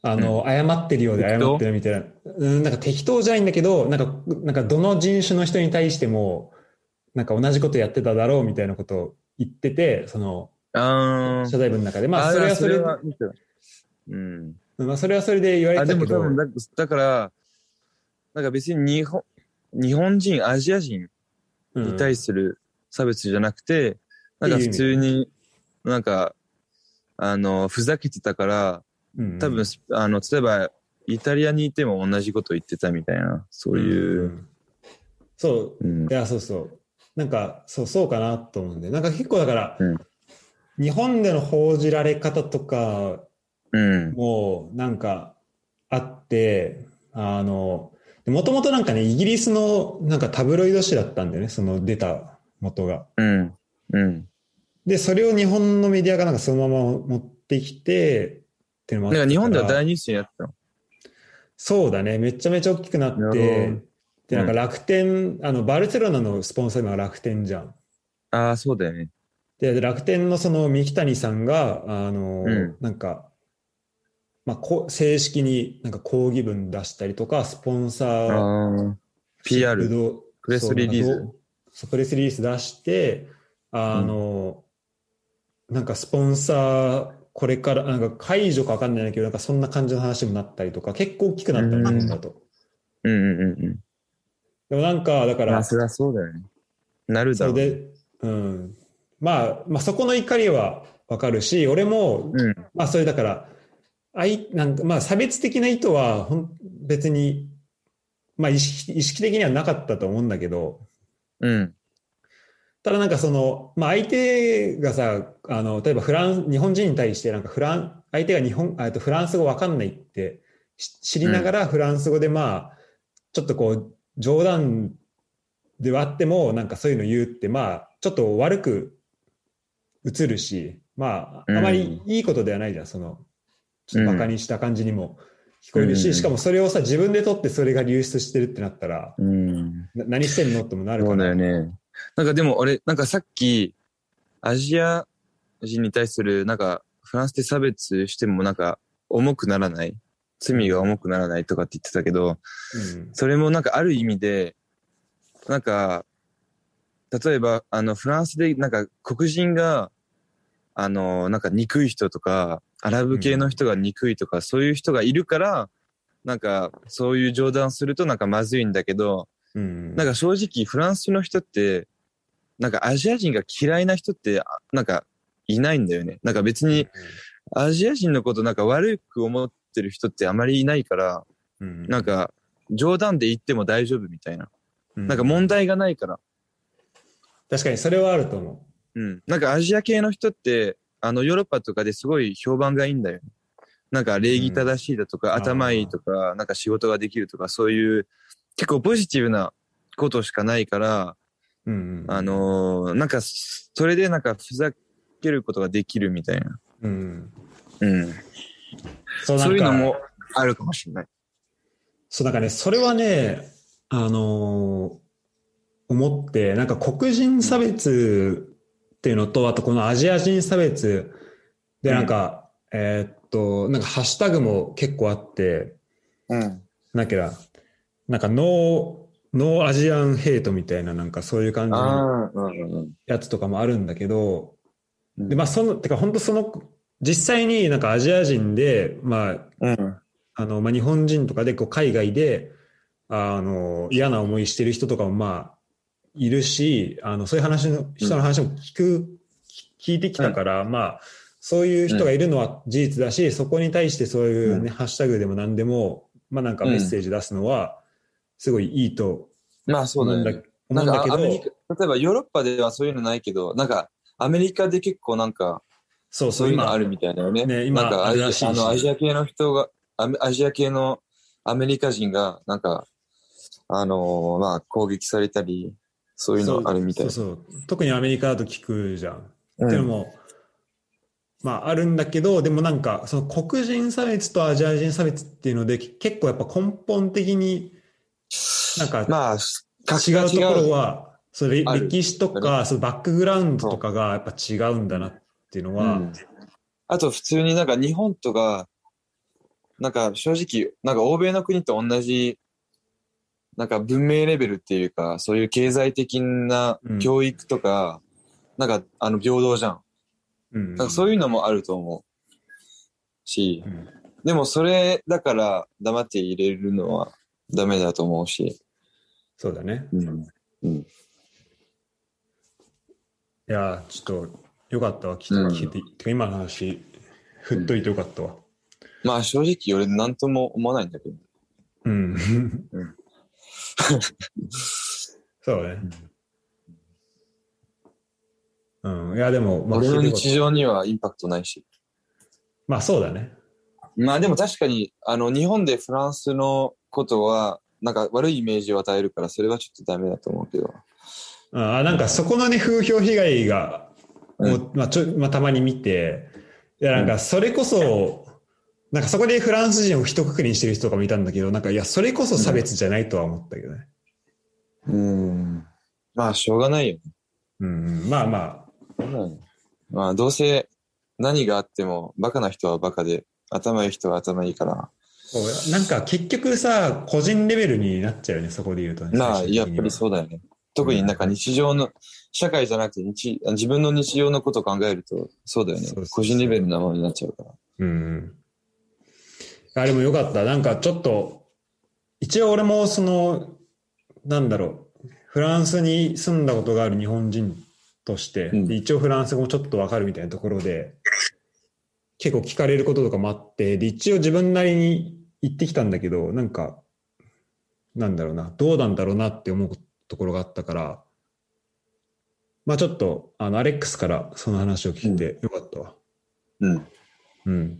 Speaker 1: あの、謝ってるようで謝
Speaker 2: 適当
Speaker 1: ってるみたいな。うん、なんか適当じゃないんだけど、なんか、なんかどの人種の人に対しても、なんか同じことやってただろうみたいなことを言ってて、その、
Speaker 2: あー
Speaker 1: 謝罪文の中で。まあ、それはそれ、
Speaker 2: は見てないうん。
Speaker 1: まあ、それはそれで言われ
Speaker 2: あ、
Speaker 1: て
Speaker 2: で
Speaker 1: た
Speaker 2: も
Speaker 1: け
Speaker 2: 多
Speaker 1: ど、
Speaker 2: 分だ、だから、なんか別に日本、日本人、アジア人
Speaker 1: うん
Speaker 2: に対する差別じゃなくて、
Speaker 1: うん
Speaker 2: なんか普通に、なんか、あの、ふざけてたから、
Speaker 1: うん
Speaker 2: 多分、あの、例えば、イタリアにいても同じこと言ってたみたいな、そうい
Speaker 1: うん
Speaker 2: う、
Speaker 1: そう、
Speaker 2: うん
Speaker 1: い、や、そうそう。なんか、そう、そうかなと思うんで。なんか結構だから、
Speaker 2: うん
Speaker 1: 日本での報じられ方とか
Speaker 2: うん、
Speaker 1: も、なんか、あって、あの、もともとなんかね、イギリスのなんかタブロイド紙だったんだよね、その出た元が。
Speaker 2: うん、うん。
Speaker 1: で、それを日本のメディアがなんかそのまま持ってきて、っていうのも
Speaker 2: な
Speaker 1: あ
Speaker 2: ん
Speaker 1: った
Speaker 2: か日本では
Speaker 1: から
Speaker 2: 大ニュースになったの。
Speaker 1: そうだね、めちゃめちゃ大きくなっ
Speaker 2: なるほ
Speaker 1: て、で、なんか楽天、あの、バルセロナのスポンサー今楽天じゃん。
Speaker 2: ああ、そうだよね。
Speaker 1: で、楽天のその三木谷さんが、あの、
Speaker 2: うん
Speaker 1: なんか、まあ、こう正式になんか抗議文出したりとか、スポンサ
Speaker 2: あ
Speaker 1: ー、
Speaker 2: あ、PR
Speaker 1: どう
Speaker 2: プレスリリース
Speaker 1: そうなんかどうそうプレスリリース出して、あの、なんかスポンサー、これから、なんか解除かわかんないけど、なんかそんな感じの話もなったりとか、結構大きくなった
Speaker 2: う
Speaker 1: 日
Speaker 2: ん
Speaker 1: 本だと。
Speaker 2: うんうんうんうん。
Speaker 1: でもなんか、だか
Speaker 2: まあ、
Speaker 1: ら、
Speaker 2: それはそうだよね。なる
Speaker 1: そ
Speaker 2: だろ
Speaker 1: れ
Speaker 2: うね。
Speaker 1: で、うん。まあ、まあ、そこの怒りはわかるし、俺も、
Speaker 2: うん。
Speaker 1: まあ、それだから、あいなんかまあ、差別的な意図はほん、別に、まあ意識、意識的にはなかったと思うんだけど、
Speaker 2: うん。
Speaker 1: ただなんかその、まあ、相手がさ、あの、例えばフランス、日本人に対して、なんかフラン、相手が日本、あえっとフランス語わかんないってし知りながら、フランス語でまあ、ちょっとこう、冗談ではあっても、なんかそういうの言うって、まあ、ちょっと悪く映るし、ま
Speaker 2: うん
Speaker 1: あ、あまりいいことではないじゃん、その、ちょっとバカにした感じにも聞こえる
Speaker 2: うんう
Speaker 1: し、
Speaker 2: ん
Speaker 1: しかもそれをさ、自分で撮ってそれが流出してるってなったら、
Speaker 2: うん。
Speaker 1: な何してんのってもなる
Speaker 2: そ
Speaker 1: か
Speaker 2: うだ
Speaker 1: ら。
Speaker 2: よね。なんかでも俺、なんかさっき、アジア人に対する、なんか、フランスで差別してもなんか、重くならない。罪が重くならないとかって言ってたけど、
Speaker 1: うん
Speaker 2: それもなんかある意味で、なんか、例えば、あの、フランスで、なんか、黒人が、あの、なんか、憎い人とか、アラブ系の人が憎いとか、そういう人がいるから、なんか、そういう冗談するとなんかまずいんだけど、
Speaker 1: うん。
Speaker 2: なんか正直フランスの人って、なんかアジア人が嫌いな人って、あなんかいないんだよね。なんか別にアジア人のことなんか悪く思ってる人ってあまりいないから、
Speaker 1: うん、
Speaker 2: なんか冗談で言っても大丈夫みたいな。
Speaker 1: う、
Speaker 2: なんか問題がないから。
Speaker 1: 確かにそれはあると思
Speaker 2: うん。なんかアジア系の人って、あのヨーロッパとかですごい評判がいいんだよね。なんか礼儀正しいだとか、
Speaker 1: ん
Speaker 2: 頭いいとか、なんか仕事ができるとか、そういう結構ポジティブなことしかないから、
Speaker 1: う。うんうん、
Speaker 2: あ、のーなんか、そそれでなんか、ふざけることができるみたいな。
Speaker 1: うん、
Speaker 2: うん。
Speaker 1: そうなんか
Speaker 2: そういうのもあるかもしれない。
Speaker 1: そう、だからね、それはね、あのー思って、なんか黒人差別っていうのと、あとこのアジア人差別で、なんか、えーっと、なんかハッシュタグも結構あって、
Speaker 2: うん。
Speaker 1: なんかな、なんかノー、ノーアジアンヘイトみたいな、なんかそういう感じの
Speaker 2: ああ、うん。
Speaker 1: やつとかもあるんだけど、
Speaker 2: うん
Speaker 1: で、まあ、その、てか本当その、実際になんかアジア人で、まあ、
Speaker 2: うん。
Speaker 1: あの、まあ、日本人とかでこう海外であの嫌な思いしてる人とかもまあいるしあのそういう話の人の話も聞く、聞いてきたから、まあそういう人がいるのは事実だし、そこに対してそういう、ねハッシュタグでも何でも、まあ、なんかメッセージ出すのはすごいいいと
Speaker 2: まあ、そ
Speaker 1: 思う
Speaker 2: うんだ
Speaker 1: だ,、
Speaker 2: よね。
Speaker 1: 思
Speaker 2: な
Speaker 1: うんんだ
Speaker 2: か
Speaker 1: け、ど
Speaker 2: アメリカ、例えばヨーロッパではそういうのないけど、なんか、アメリカで結構なんか、
Speaker 1: そうそ
Speaker 2: そう
Speaker 1: う
Speaker 2: いうの
Speaker 1: 今
Speaker 2: あるみたいなよね。
Speaker 1: ね今
Speaker 2: なんか
Speaker 1: あ
Speaker 2: ア
Speaker 1: る
Speaker 2: ジ
Speaker 1: らしいし
Speaker 2: ア、あの、アジア系の人が、アメアジア系のアメリカ人が、なんか、あのーまあ、攻撃されたり、そういうのあるみたいな。
Speaker 1: そうそうそう特にアメリカだと聞くじゃん
Speaker 2: う
Speaker 1: っていうの
Speaker 2: ん
Speaker 1: も、まああるんだけどでもなんかその黒人差別とアジア人差別っていうのでけ結構やっぱ根本的になんか
Speaker 2: まあ、
Speaker 1: 違うところはそれ
Speaker 2: ある
Speaker 1: 歴史とかそのバックグラウンドとかがやっぱ違うんだなっていうのは、
Speaker 2: うんあと普通になんか日本とか、なんか正直、なんか欧米の国と同じ、なんか文明レベルっていうか、そういう経済的な
Speaker 1: うん
Speaker 2: 教育とか、なんかあの平等じゃん。
Speaker 1: うん
Speaker 2: なんかそういうのもあると思うし
Speaker 1: う、ん
Speaker 2: でもそれだから黙って入れるのはダメだと思うし。
Speaker 1: そうだね
Speaker 2: うん。
Speaker 1: いやーちょっとよかったわ聞
Speaker 2: うん
Speaker 1: 聞いて,、てか今の話振っといてよかったわ
Speaker 2: まあ正直俺何とも思わないんだけど。
Speaker 1: うん、
Speaker 2: うん
Speaker 1: そうねうんいやでもまあ
Speaker 2: 俺の
Speaker 1: 聞いてよかった
Speaker 2: 日常にはインパクトないし。
Speaker 1: まあそうだね。
Speaker 2: まあでも確かに、あの、日本でフランスのことは、なんか悪いイメージを与えるから、それはちょっとダメだと思うけど。
Speaker 1: あーなんかそこのね、風評被害が、もうまあ、ちょまあ、たまに見て、いやなんかそれこそ、なんかそこでフランス人を一括りにしてる人とかもいたんだけど、なんかいや、それこそ差別じゃないとは思ったけどね。
Speaker 2: うん。まあ、しょうがないよ。
Speaker 1: うん、まあま
Speaker 2: まあ、どうせ何があっても、バカな人はバカで、頭いい人は頭いいから。
Speaker 1: あ、こうなんか結局さ、個人レベルになっちゃうよね、そこで言うとね。
Speaker 2: まあ、
Speaker 1: 最終
Speaker 2: やっ
Speaker 1: 的に
Speaker 2: ぱ
Speaker 1: は
Speaker 2: りそうだよね。特になんか日常の、社会じゃなくて日、自分の日常のことを考えると、そうだよね
Speaker 1: そうそう。そう
Speaker 2: 個人レベルなものになっちゃうから。
Speaker 1: うん。あれもよかった。なんかちょっと、一応俺もその、なんだろう、フランスに住んだことがある日本人として、
Speaker 2: うん
Speaker 1: で一応フランス語もちょっとわかるみたいなところで、結構聞かれることとかもあって、で、一応自分なりに行ってきたんだけど、なんか、なんだろうな、どうなんだろうなって思うところがあったから、まあちょっと、あの、アレックスからその話を聞いてよかったわ。
Speaker 2: うん。
Speaker 1: うん。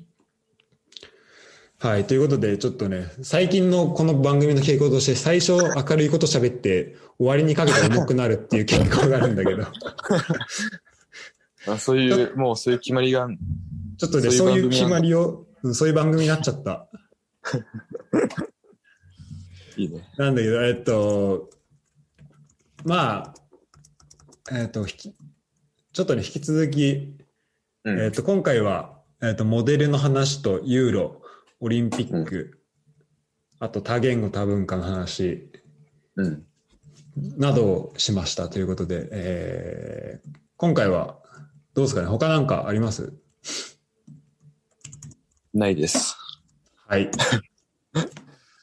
Speaker 1: はい。ということで、ちょっとね、最近のこの番組の傾向として、最初明るいこと喋って、終わりにかけて重くなるっていう傾向があるんだけど、
Speaker 2: あそういう、もうそういう決まりがあん
Speaker 1: ちょっとね、そ
Speaker 2: そうう
Speaker 1: い
Speaker 2: いうう番組なんだ
Speaker 1: 決まりを、うんそういう番組になっちゃった。
Speaker 2: いいね。
Speaker 1: なんだけど、えっと、まあ、えっと、引きちょっとね、引き続き、
Speaker 2: うん
Speaker 1: えっと、今回は、えっと、モデルの話とユーロ、オリンピック、あと多言語多文化の話、
Speaker 2: うん。
Speaker 1: などをしましたということで、えー今回はどうですかね他なんかあります
Speaker 2: ないです。
Speaker 1: はい。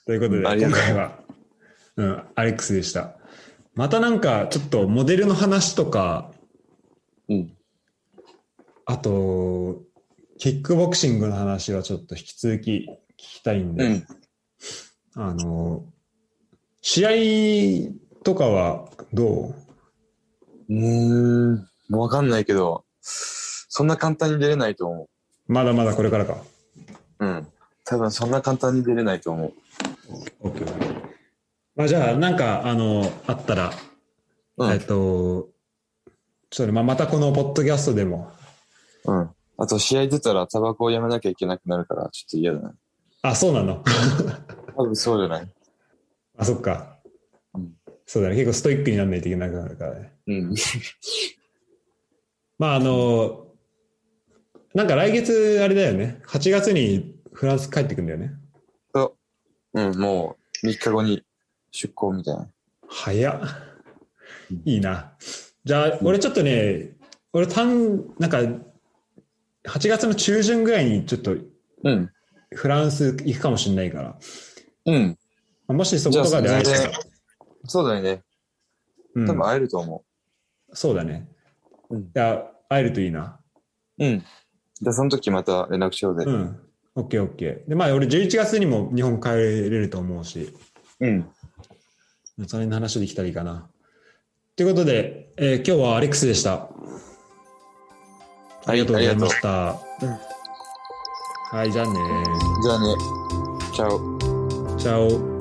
Speaker 1: ということで、
Speaker 2: ありが
Speaker 1: 今
Speaker 2: とう
Speaker 1: 回は、うん、アレックスでした。またなんかちょっとモデルの話とか、
Speaker 2: うん。
Speaker 1: あと、キックボクシングの話はちょっと引き続き聞きたいんで、
Speaker 2: うん。
Speaker 1: あの、試合とかはどう
Speaker 2: うーん。もうわかんないけど、そんな簡単に出れないと思
Speaker 1: まだまだこれからか。
Speaker 2: う。うん。多分そんな簡単に出れないと思う。
Speaker 1: OK。まあ、じゃあ、なんか、あの、あったら、
Speaker 2: うん
Speaker 1: えっと、ちょっとね、まあ、またこのポッドキャストでも、
Speaker 2: うん。あと試合出たらタバコをやめなきゃいけなくなるから、ちょっと嫌だな。
Speaker 1: あ、そうなの。
Speaker 2: 多分そうじゃない
Speaker 1: あ、そっか
Speaker 2: うん。
Speaker 1: そうだね。結構ストイックにならないといけなくなるからね。
Speaker 2: うん。
Speaker 1: まあ、あの、なんか来月、あれだよね。8月にフランス帰ってくんだよね。
Speaker 2: そう。うん、もう3日後に出航みたいな。
Speaker 1: 早っ
Speaker 2: うん。
Speaker 1: いいな。じゃあ、俺ちょっとね、俺、たん、なんか、8月の中旬ぐらいにちょっと
Speaker 2: うん。
Speaker 1: フランス行くかもしれないから。
Speaker 2: うん。
Speaker 1: まあもしそことかで会えた
Speaker 2: じゃ
Speaker 1: ら
Speaker 2: あ、そうだよね。
Speaker 1: うん
Speaker 2: 多分会えると思
Speaker 1: そうだね。
Speaker 2: うん
Speaker 1: いや、会えるといいな。
Speaker 2: う。うん。じゃあその時また連絡しようぜ
Speaker 1: う。ん。オッケーオッケー。で、まあ俺11月にも日本帰れると思うし、
Speaker 2: うん。
Speaker 1: その辺の話できたらいいかな。ということで、えー今日はアレックスでした。ありがとうございました。はい、じゃあね
Speaker 2: じゃあね。チャオ。
Speaker 1: チャオ。